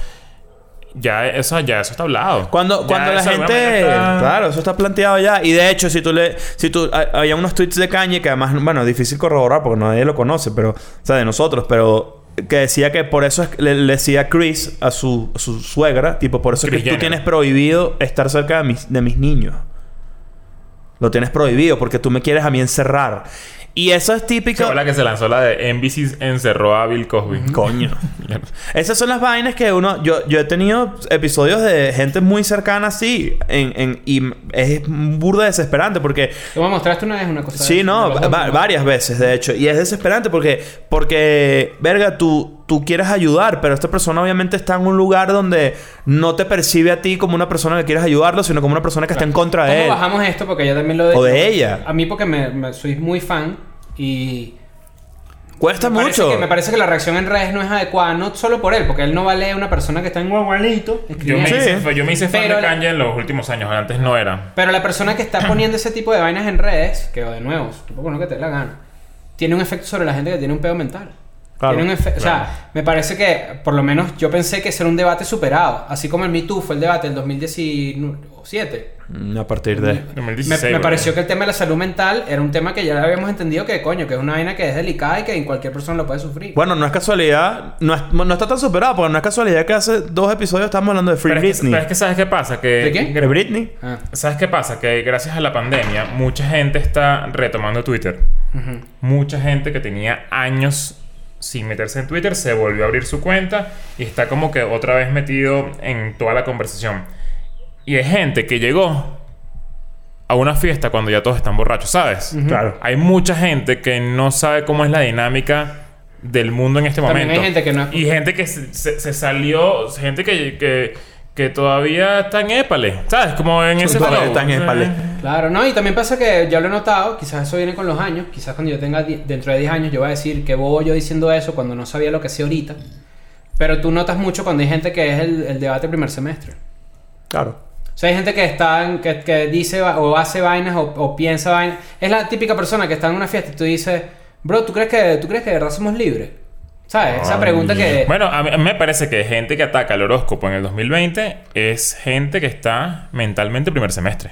B: ya eso, ya eso está hablado.
C: Cuando,
B: Ya
C: cuando la
B: eso de alguna
C: gente...
B: manera está-
C: Claro, eso está planteado ya. Y de hecho, si tú le... Si tú... hay- Había unos tweets de Kanye que además... Bueno, difícil corroborar porque nadie lo conoce, pero... O sea, de nosotros, pero... Que decía que por eso es- le, le decía a Chris, a su, a su suegra, tipo, por eso es que
B: Kris
C: tú
B: Jenner.
C: tienes prohibido estar cerca de mis, de mis niños. Lo tienes prohibido porque tú me quieres a mí encerrar. Y eso es típico.
B: Fue la que se lanzó la de NBC encerró a Bill Cosby.
C: Coño. Esas son las vainas que uno... Yo, yo he tenido episodios de gente muy cercana así. En, en, y es burda desesperante porque...
D: Tú me mostraste una vez una cosa.
C: Sí,
D: de-
C: no.
D: una cosa
C: va-
D: de-
C: varias veces, de hecho. Y es desesperante porque... Porque, verga, tú, tú quieres ayudar. Pero esta persona obviamente está en un lugar donde... No te percibe a ti como una persona que quieres ayudarlo. Sino como una persona que está en contra
D: ¿Cómo
C: de él.
D: bajamos esto? Porque yo también lo
C: eh. O de ella.
D: A mí porque me, me- soy muy fan y...
C: Cuesta
D: me parece
C: mucho.
D: que- me parece que la reacción en redes no es adecuada, no solo por él, porque él no vale a una persona que está en guagualito.
B: Yo
D: escribiendo.
B: me,
C: Sí.
B: hice, yo me hice fan
D: Pero
B: de
D: la-
B: Kanye en los últimos años, antes no era.
D: Pero la persona que está poniendo ese tipo de vainas en redes, que de nuevo, supongo que no que te dé la gana, tiene un efecto sobre la gente que tiene un pedo mental.
C: Claro,
D: Tiene un efe- O sea, me parece que, por lo menos, yo pensé que ese era un debate superado. Así como el Me Too fue el debate del 2017.
C: Mm, A partir de...
B: 2016,
D: me, me
B: bueno.
D: pareció que el tema de la salud mental era un tema que ya habíamos entendido que, coño, que es una vaina que es delicada y que en cualquier persona lo puede sufrir.
C: Bueno, no es casualidad, no, es- no está tan superado, porque no es casualidad que hace dos episodios estamos hablando de Free
B: Pero es, que,
C: Britney.
B: pero es que ¿sabes qué pasa? Que,
D: ¿De qué?
C: ¿De Britney?
D: Ah.
B: ¿Sabes qué pasa? Que gracias a la pandemia, mucha gente está retomando Twitter. Mucha gente que tenía años sin meterse en Twitter se volvió a abrir su cuenta y está como que otra vez metido en toda la conversación. Y hay gente que llegó a una fiesta cuando ya todos están borrachos, ¿sabes?
C: Claro.
B: Hay mucha gente que no sabe cómo es la dinámica del mundo en este
D: También
B: momento.
D: hay gente que no es-
B: Y gente que se, se- se salió, gente que, que, que todavía está en épale, ¿sabes? Como en ese
C: Todavía
B: flow.
C: está en épale.
D: Claro, no, y también pasa que ya lo he notado, quizás eso viene con los años, quizás cuando yo tenga die- dentro de 10 años yo voy a decir que bobo yo diciendo eso cuando no sabía lo que sé ahorita, pero tú notas mucho cuando hay gente que es el, el debate del primer semestre.
C: Claro.
D: O sea, hay gente que está en- que, que dice va- o hace vainas o, o piensa vainas. Es la típica persona que está en una fiesta y tú dices, bro, ¿tú crees que, tú crees que de verdad somos libres? ¿Sabes?
C: Ah,
D: Esa pregunta que...
B: Bueno, a mí, a mí me parece que gente que ataca el horóscopo en el 2020 es gente que está mentalmente primer semestre.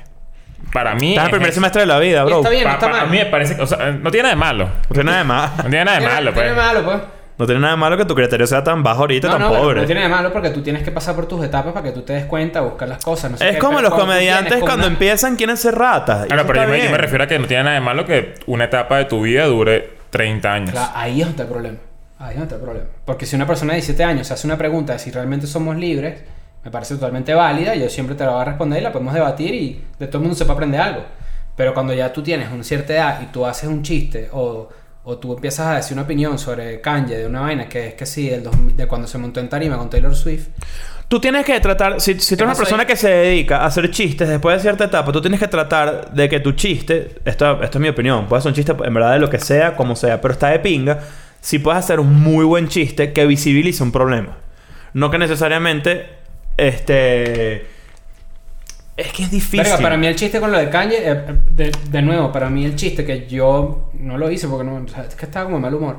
B: Para mí.
C: Estás en
B: es
C: el primer
B: eso.
C: semestre de la vida, bro.
D: Está bien, no
B: Pa-
D: está
B: pa-
D: mal.
B: a mí me parece que. O sea, no tiene nada de malo.
C: No tiene nada de malo.
B: No tiene nada de
D: <laughs> Tiene-
B: malo,
D: tiene
B: pues.
D: malo, pues.
C: No tiene nada de malo que tu criterio sea tan bajo ahorita, tan
D: pero
C: pobre.
D: No tiene de malo porque tú tienes que pasar por tus etapas para que tú te des cuenta, buscar las cosas. No sé
C: Es
D: qué,
C: como los
D: pero cuando tú
C: comediantes
D: tienes
C: cuando
D: como una-
C: empiezan quieren ser ratas. Y
B: Claro,
C: eso
B: pero yo
C: está
B: me, yo me
C: bien.
B: refiero a que no tiene nada de malo que una etapa de tu vida dure 30 años.
D: Claro, ahí es donde está el problema. Ahí es donde está el problema. Porque si una persona de 17 años se hace una pregunta de si realmente somos libres, me parece totalmente válida. Yo siempre te la voy a responder y la podemos debatir y de todo el mundo se puede aprender algo. Pero cuando ya tú tienes una cierta edad y tú haces un chiste o, o tú empiezas a decir una opinión sobre Kanye de una vaina que es que sí, del 2000 de cuando se montó en tarima con Taylor Swift,
C: Tú tienes que tratar... Si, si tú eres una
D: pasa ahí?
C: persona que se dedica a hacer chistes después de cierta etapa, tú tienes que tratar de que tu chiste... Esto, esto es mi opinión. Puedes hacer un chiste en verdad de lo que sea, como sea. Pero está de pinga. Si puedes hacer un muy buen chiste que visibilice un problema. No que necesariamente Este. Es que es difícil.
D: Verga, para mí el chiste con lo de Kanye, eh, eh, de, de nuevo, para mí el chiste que yo no lo hice porque no, o sea, es que estaba como de mal humor.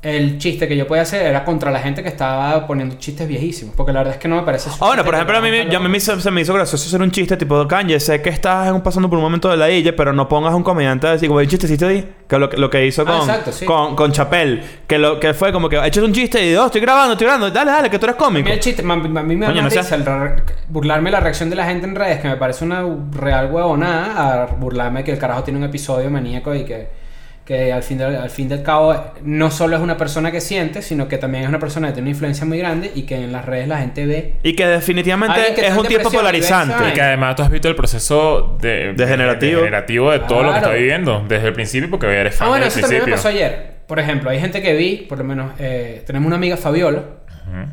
D: El chiste que yo podía hacer era contra la gente que estaba poniendo chistes viejísimos, porque la verdad es que no me parece.
C: Ah, bueno, por ejemplo, a mí, me- yo- a mí me
D: me
C: hizo- se me hizo gracioso hacer un chiste tipo Kanye. Sé que estás pasando por un momento de la illa, pero no pongas a un comediante a decir como el chistecito ahí. Que lo, que- lo que hizo
D: Ah,
C: con,
D: exacto, sí.
C: con, con Chapel. Que, lo, que fue como que eches un chiste y oh, estoy grabando, estoy grabando. Dale, dale, que tú eres
D: A
C: cómico.
D: mí el chiste, ma- ma- a mí me da
C: Coño,
D: más
C: no
D: risa
C: seas-
D: el re- burlarme de la reacción de la gente en redes, que me parece una real huevonada, a burlarme que el carajo tiene un episodio maníaco y que, que al, fin del, al fin del cabo no solo es una persona que siente, sino que también es una persona que tiene una influencia muy grande y que en las redes la gente ve
C: Y que definitivamente
D: Alguien que
C: es
D: está
C: un
D: en
C: tiempo
D: depresión y ve
C: polarizante.
D: esa-
B: Y que además tú has visto el proceso de,
C: Degenerativo.
B: degenerativo de todo lo que
D: Claro.
B: está viviendo desde el principio, porque eres fan
D: Ah, bueno, eso
B: desde el
D: también me
B: principio.
D: pasó ayer. Por ejemplo, hay gente que vi, por lo menos, eh, tenemos una amiga Fabiola.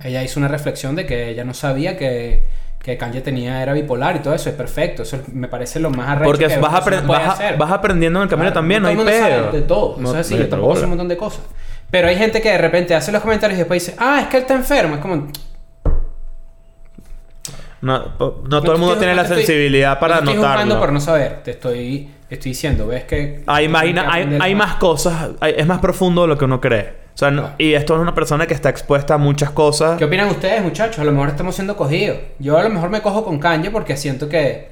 D: Ella hizo una reflexión de que ella no sabía que, que Kanye tenía, era bipolar y todo eso. Es perfecto. Eso me parece lo más arrecho
C: Porque
D: que
C: vas,
D: una persona
C: apren-
D: puede
C: vas a-
D: hacer.
C: vas aprendiendo en el camino
D: Claro,
C: también, no,
D: todo
C: hay
D: el mundo
C: pedo.
D: sabe de todo.
C: No-
D: eso es así,
C: no hay
D: yo tampoco
C: bola.
D: sé un montón de cosas. Pero hay gente que de repente hace los comentarios y después dice, ah, es que él está enfermo. Es como...
C: No, po- no todo el mundo
D: te estoy-
C: tiene
D: no
C: la
D: te estoy-
C: sensibilidad para
D: no te Estoy juzgando
C: notarlo.
D: por no saber. Te estoy, te estoy diciendo, ves que...
C: Ah, imagina,
D: que
C: hay,
D: aprender
C: hay más cosas, hay- es más profundo de lo que uno cree. O sea, no- y esto es una persona que está expuesta a muchas cosas.
D: ¿Qué opinan ustedes, muchachos? A lo mejor estamos siendo cogidos. Yo a lo mejor me cojo con Kanye porque siento que.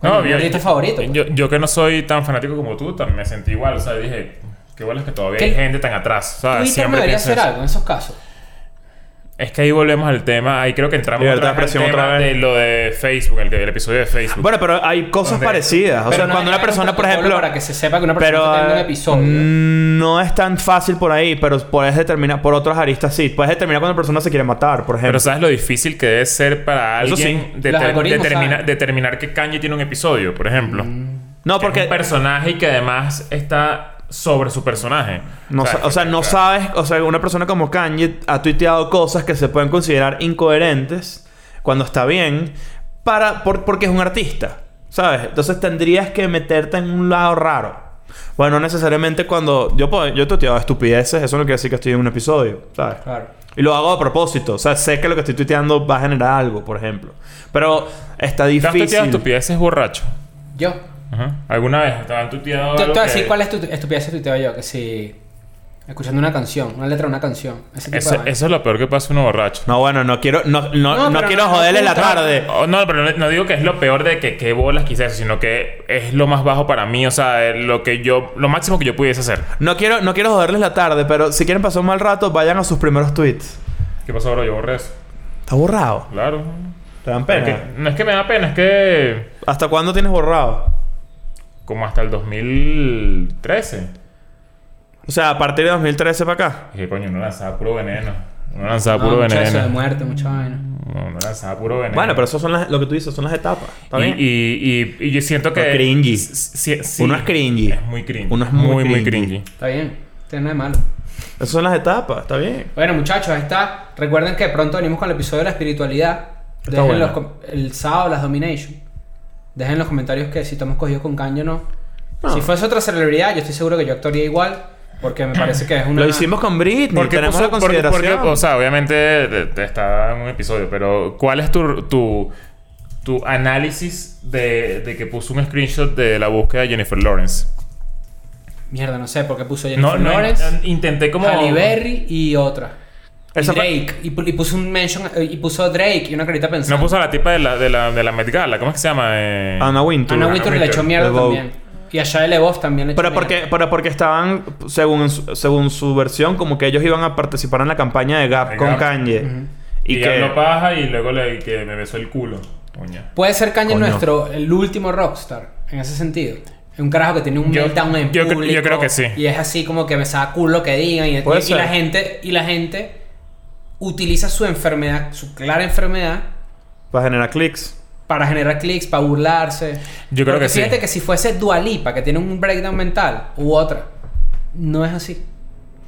B: No,
D: Coño, mi
B: yo-
D: artista favorito. pues.
B: Yo, yo que no soy tan fanático como tú, también me sentí igual. O sea, dije, qué bueno es que todavía hay
D: ¿Qué?
B: gente tan atrás. O sea,
D: Twitter
B: Ah, siempre
D: debería
B: pienso
D: hacer
B: eso.
D: algo en esos casos.
B: Es que ahí volvemos al tema. Ahí creo que entramos
C: Libertad
B: otra
C: de
B: vez al
C: expresión
B: tema
C: otra vez.
B: de lo de Facebook, el, que- el episodio de Facebook.
C: Bueno, pero hay cosas
B: Donde-
C: parecidas. O
D: Pero
C: sea,
D: no
C: cuando
D: hay
C: una persona, por
D: protocolo
C: ejemplo.
D: Para que se sepa que una persona
C: Pero
D: está teniendo un
C: eh,
D: episodio.
C: mm, no es tan fácil por ahí, pero puedes determinar, por otras aristas sí, puedes determinar cuando una persona se quiere matar, por
B: Pero
C: ejemplo.
B: ¿sabes lo difícil que debe ser para
C: Eso
B: alguien
C: sí.
B: deter-
D: Los algoritmos
B: determina-
D: saben.
B: determinar que Kanye tiene un episodio, por ejemplo?
C: no,
B: Porque
C: porque
B: es un personaje y que además está sobre su personaje.
C: No, sa- o sea, no
B: claro.
C: sabes, o sea, una persona como Kanye ha tuiteado cosas que se pueden considerar incoherentes cuando está bien, para, por- porque es un artista, ¿sabes? Entonces tendrías que meterte en un lado raro. Bueno, no necesariamente cuando yo puedo, yo he tuiteado estupideces, eso no quiere decir que estoy en un episodio, ¿sabes?
D: Claro.
C: Y lo hago a propósito, o sea, sé que lo que estoy tuiteando va a generar algo, por ejemplo. Pero está
B: ¿Te has tuiteado
C: difícil.
B: estupideces borracho?
D: Yo.
B: Ajá. ¿Alguna vez te han tuiteado
D: Te te
B: algo
D: voy a
B: que-
D: decir cuál es tu estupidez que tuiteo yo. Que si. Escuchando una canción, una letra de una canción. Ese tipo
B: Eso,
D: de
B: eso es lo peor que pasa a uno borracho.
C: No, bueno, no quiero, no, no,
D: No,
C: no
D: pero
C: quiero
D: no- no
C: joderle la
D: juntas-
C: tarde.
B: Oh, no, pero no, no digo que es lo peor de que qué bolas quizás, sino que es lo más bajo para mí, o sea, eh, lo que yo, lo máximo que yo pudiese hacer.
C: No quiero, no quiero joderles la tarde, pero si quieren pasar un mal rato, vayan a sus primeros tweets.
B: ¿Qué pasó, bro? Yo borré eso.
C: Está borrado.
B: Claro.
C: Te dan
B: Es que- no es que me da pena, es que
C: ¿Hasta cuándo tienes borrado?
B: como hasta el 2013.
C: O sea, a partir de 2013 para acá.
B: Dije, coño, no lanzaba puro veneno. No lanzaba
D: No,
B: puro
D: mucho eso Ah, de
B: veneno.
D: muerte, mucha vaina.
B: No, no lanzaba puro veneno.
C: Bueno, pero eso son las, lo que tú dices, son las etapas. ¿Está
B: Y,
C: bien?
B: y, y, y yo siento que.
C: Pero cringy.
B: Sí, sí.
C: Uno es cringy.
B: Es muy cringy.
C: Uno es muy cringy.
D: Está bien. No tiene nada de malo.
C: Esas son las etapas, está bien.
D: Bueno, muchachos, ahí está. Recuerden que pronto venimos con el episodio de la espiritualidad.
C: Está
D: Dejen
C: bueno.
D: los com- el sábado las Domination. Dejen en los comentarios que si estamos cogidos con caño o no. Si fuese otra celebridad, yo estoy seguro que yo actuaría igual. Porque me parece que es una.
C: Lo hicimos con Britney,
B: ¿Por qué
C: tenemos
B: puso-
C: la
B: por qué- por
C: consideración.
B: qué- o sea, obviamente te- te está en un episodio, pero ¿cuál es tu, tu, tu análisis de, de que puso un screenshot de la búsqueda de Jennifer Lawrence?
D: Mierda, no sé por qué puso
B: No,
D: Jennifer
B: no,
D: Lawrence,
B: intenté como.
D: Halle Berry y otra. Y
C: Esa fue-
D: Drake. Y, pu- y puso un mention. eh, Y puso Drake y una carita pensando.
B: No puso a la tipa de la, de la, de la Met Gala, ¿cómo es que se llama? Eh,
C: Anna Wintour.
D: Anna
B: Anna
D: Wintour le
B: Wintour,
D: echó mierda
C: The Vogue.
D: también. Y a Shia LaBeouf también le echó
C: Pero porque,
D: mierda.
C: pero porque estaban, según su, según su versión, como que ellos iban a participar en la campaña de Gap
B: De
C: con
B: Gap.
C: Kanye.
B: Y,
C: Y,
B: que habló
C: que.
B: paja y luego le, que me besó el culo. Coño.
D: Puede ser Kanye
C: Coño.
D: nuestro, el último rockstar, en ese sentido. Es un carajo que tiene un
B: Yo-
D: meltdown en
B: yo cre- yo
D: público.
B: creo que sí.
D: Y es así como que me saca culo que digan. Y,
C: Puede
D: y- y la
C: ser.
D: gente, y la gente utiliza su enfermedad, su clara enfermedad,
C: Para generar clics.
D: para generar clics, para burlarse.
B: Yo creo
D: Porque
B: que sí.
D: Fíjate que si fuese Dualipa, que tiene un breakdown mental, u otra, no es así.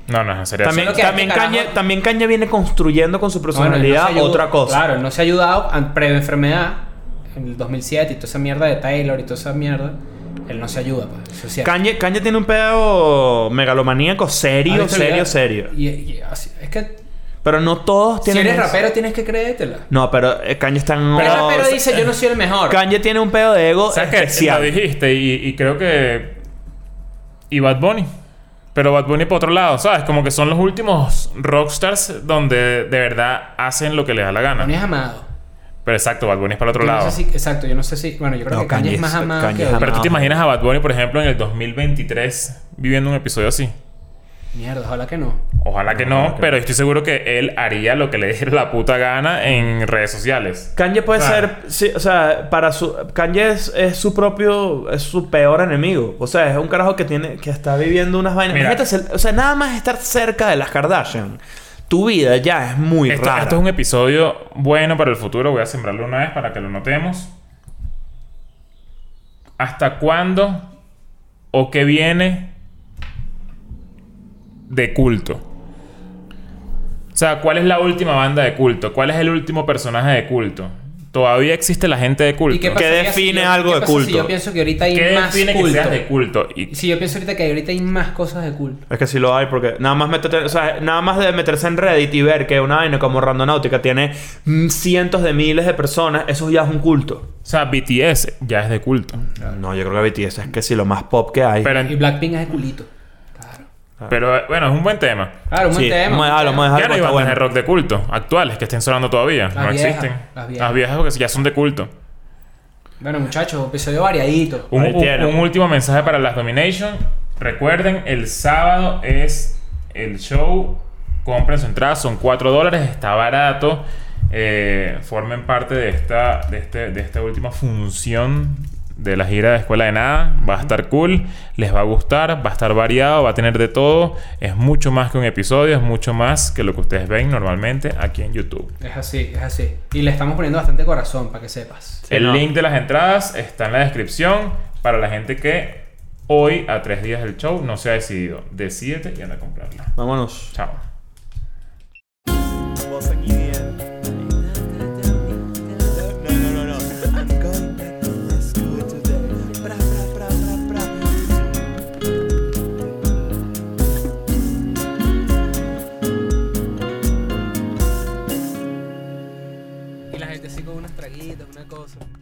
B: No, no, en serio.
C: También,
D: Solo que a
C: también,
D: este carajo-
C: Kanye, también Kanye viene construyendo con su
D: Bueno, él no se
C: personalidad
D: ayudó-
C: otra cosa.
D: Claro, él no se ha ayudado an- previo-enfermedad en el 2007 y toda esa mierda de Taylor y toda esa mierda. Él no se ayuda, pues. Eso es cierto.
C: Kanye, Kanye tiene un pedo megalomaníaco
D: ¿Has
C: serio,
D: visto el
C: serio,
D: video?
C: serio.
D: Y- y así- es que
C: Pero no todos
D: Si
C: tienen.
D: eres
C: eso.
D: rapero, tienes que creértela.
C: No, pero eh, Kanye está en un.
D: Pero el
B: Pero-
D: rapero dice, yo no soy el mejor.
C: Kanye tiene un pedo de ego
B: <laughs> ¿Sabes qué? Lo
C: especial.
B: dijiste y, y creo que... Y Bad Bunny. Pero Bad Bunny por otro lado, ¿sabes? Como que son los últimos rockstars donde de verdad hacen lo que les da la
D: Kanye
B: gana.
D: es amado.
B: Pero exacto, Bad Bunny es para el otro
D: Yo no
B: lado.
D: sé si- exacto, yo no sé si... Bueno, yo creo
C: No,
D: que Kanye,
C: Kanye
D: es más
C: es-
D: amado
C: Kanye
D: que
C: es
D: otro.
B: Pero tú te
C: Ah.
B: imaginas a Bad Bunny, por ejemplo, en el 2023 viviendo un episodio así.
D: Mierda, ojalá que no.
B: Ojalá que no, pero estoy seguro que él haría lo que le diera la puta gana en redes sociales.
C: Kanye puede
B: Claro.
C: ser, sí, o sea, para su Kanye es, es su propio, es su peor enemigo. O sea, es un carajo que tiene, que está viviendo unas vainas.
B: Mira.
C: Imagínate ser- o sea, nada más estar cerca de las Kardashian, tu vida ya es muy
B: Esto,
C: rara.
B: esto es un episodio bueno para el futuro. Voy a sembrarlo una vez para que lo notemos. ¿Hasta cuándo o qué viene de culto? O sea, ¿cuál es la última banda de culto? ¿Cuál es el último personaje de culto? Todavía existe la gente de culto.
D: ¿Y qué
B: ¿Qué,
D: pasaría si
C: define
D: yo-
C: algo
D: qué
C: de
D: pasa
C: culto?
D: Si yo pienso que ahorita hay más
B: define que
D: culto.
B: seas de culto? Y-
D: Si yo pienso ahorita que ahorita hay más cosas de culto.
C: Es que sí lo hay, porque nada más meterte, o sea, nada más de meterse en Reddit y ver que una vaina como Randonáutica tiene mm, cientos de miles de personas, eso ya es un culto.
B: o sea, BTS ya es de culto.
C: No, yo creo que BTS es que sí lo más pop que hay.
B: Pero,
D: Y Blackpink es de culito. Claro.
B: pero, eh, bueno, es un buen tema.
D: Claro, un buen
C: Sí,
D: tema.
C: vamos a
D: un
C: dejarlo,
D: buen
C: vamos a
D: tema.
C: Algo
B: Ya no hay
C: está
B: bandas
C: bueno.
B: de rock de culto actuales que estén sonando todavía. no
D: viejas,
B: existen.
D: las
B: Las
D: viejas.
B: viejas. porque ya son de culto.
D: Bueno, muchachos, episodio variadito.
B: Un,
C: Ahí
B: un-
C: tienen.
B: un último mensaje para las Domination. Recuerden, el sábado es el show. Compren su entrada, son 4 dólares, está barato. Eh, formen parte de esta, de, este, de esta última función de la gira de Escuela de Nada. Va a estar cool, les va a gustar, va a estar variado, va a tener de todo. Es mucho más que un episodio, es mucho más que lo que ustedes ven normalmente aquí en YouTube.
D: Es así, es así. Y le estamos poniendo bastante corazón, para que sepas.
B: el
C: no.
B: link de las entradas está en la descripción para la gente que hoy, a tres días del show, no se ha decidido. Decídete y anda a comprarla.
C: Vámonos.
B: Chao.
D: Y la gente así con unos traguitos, una cosa.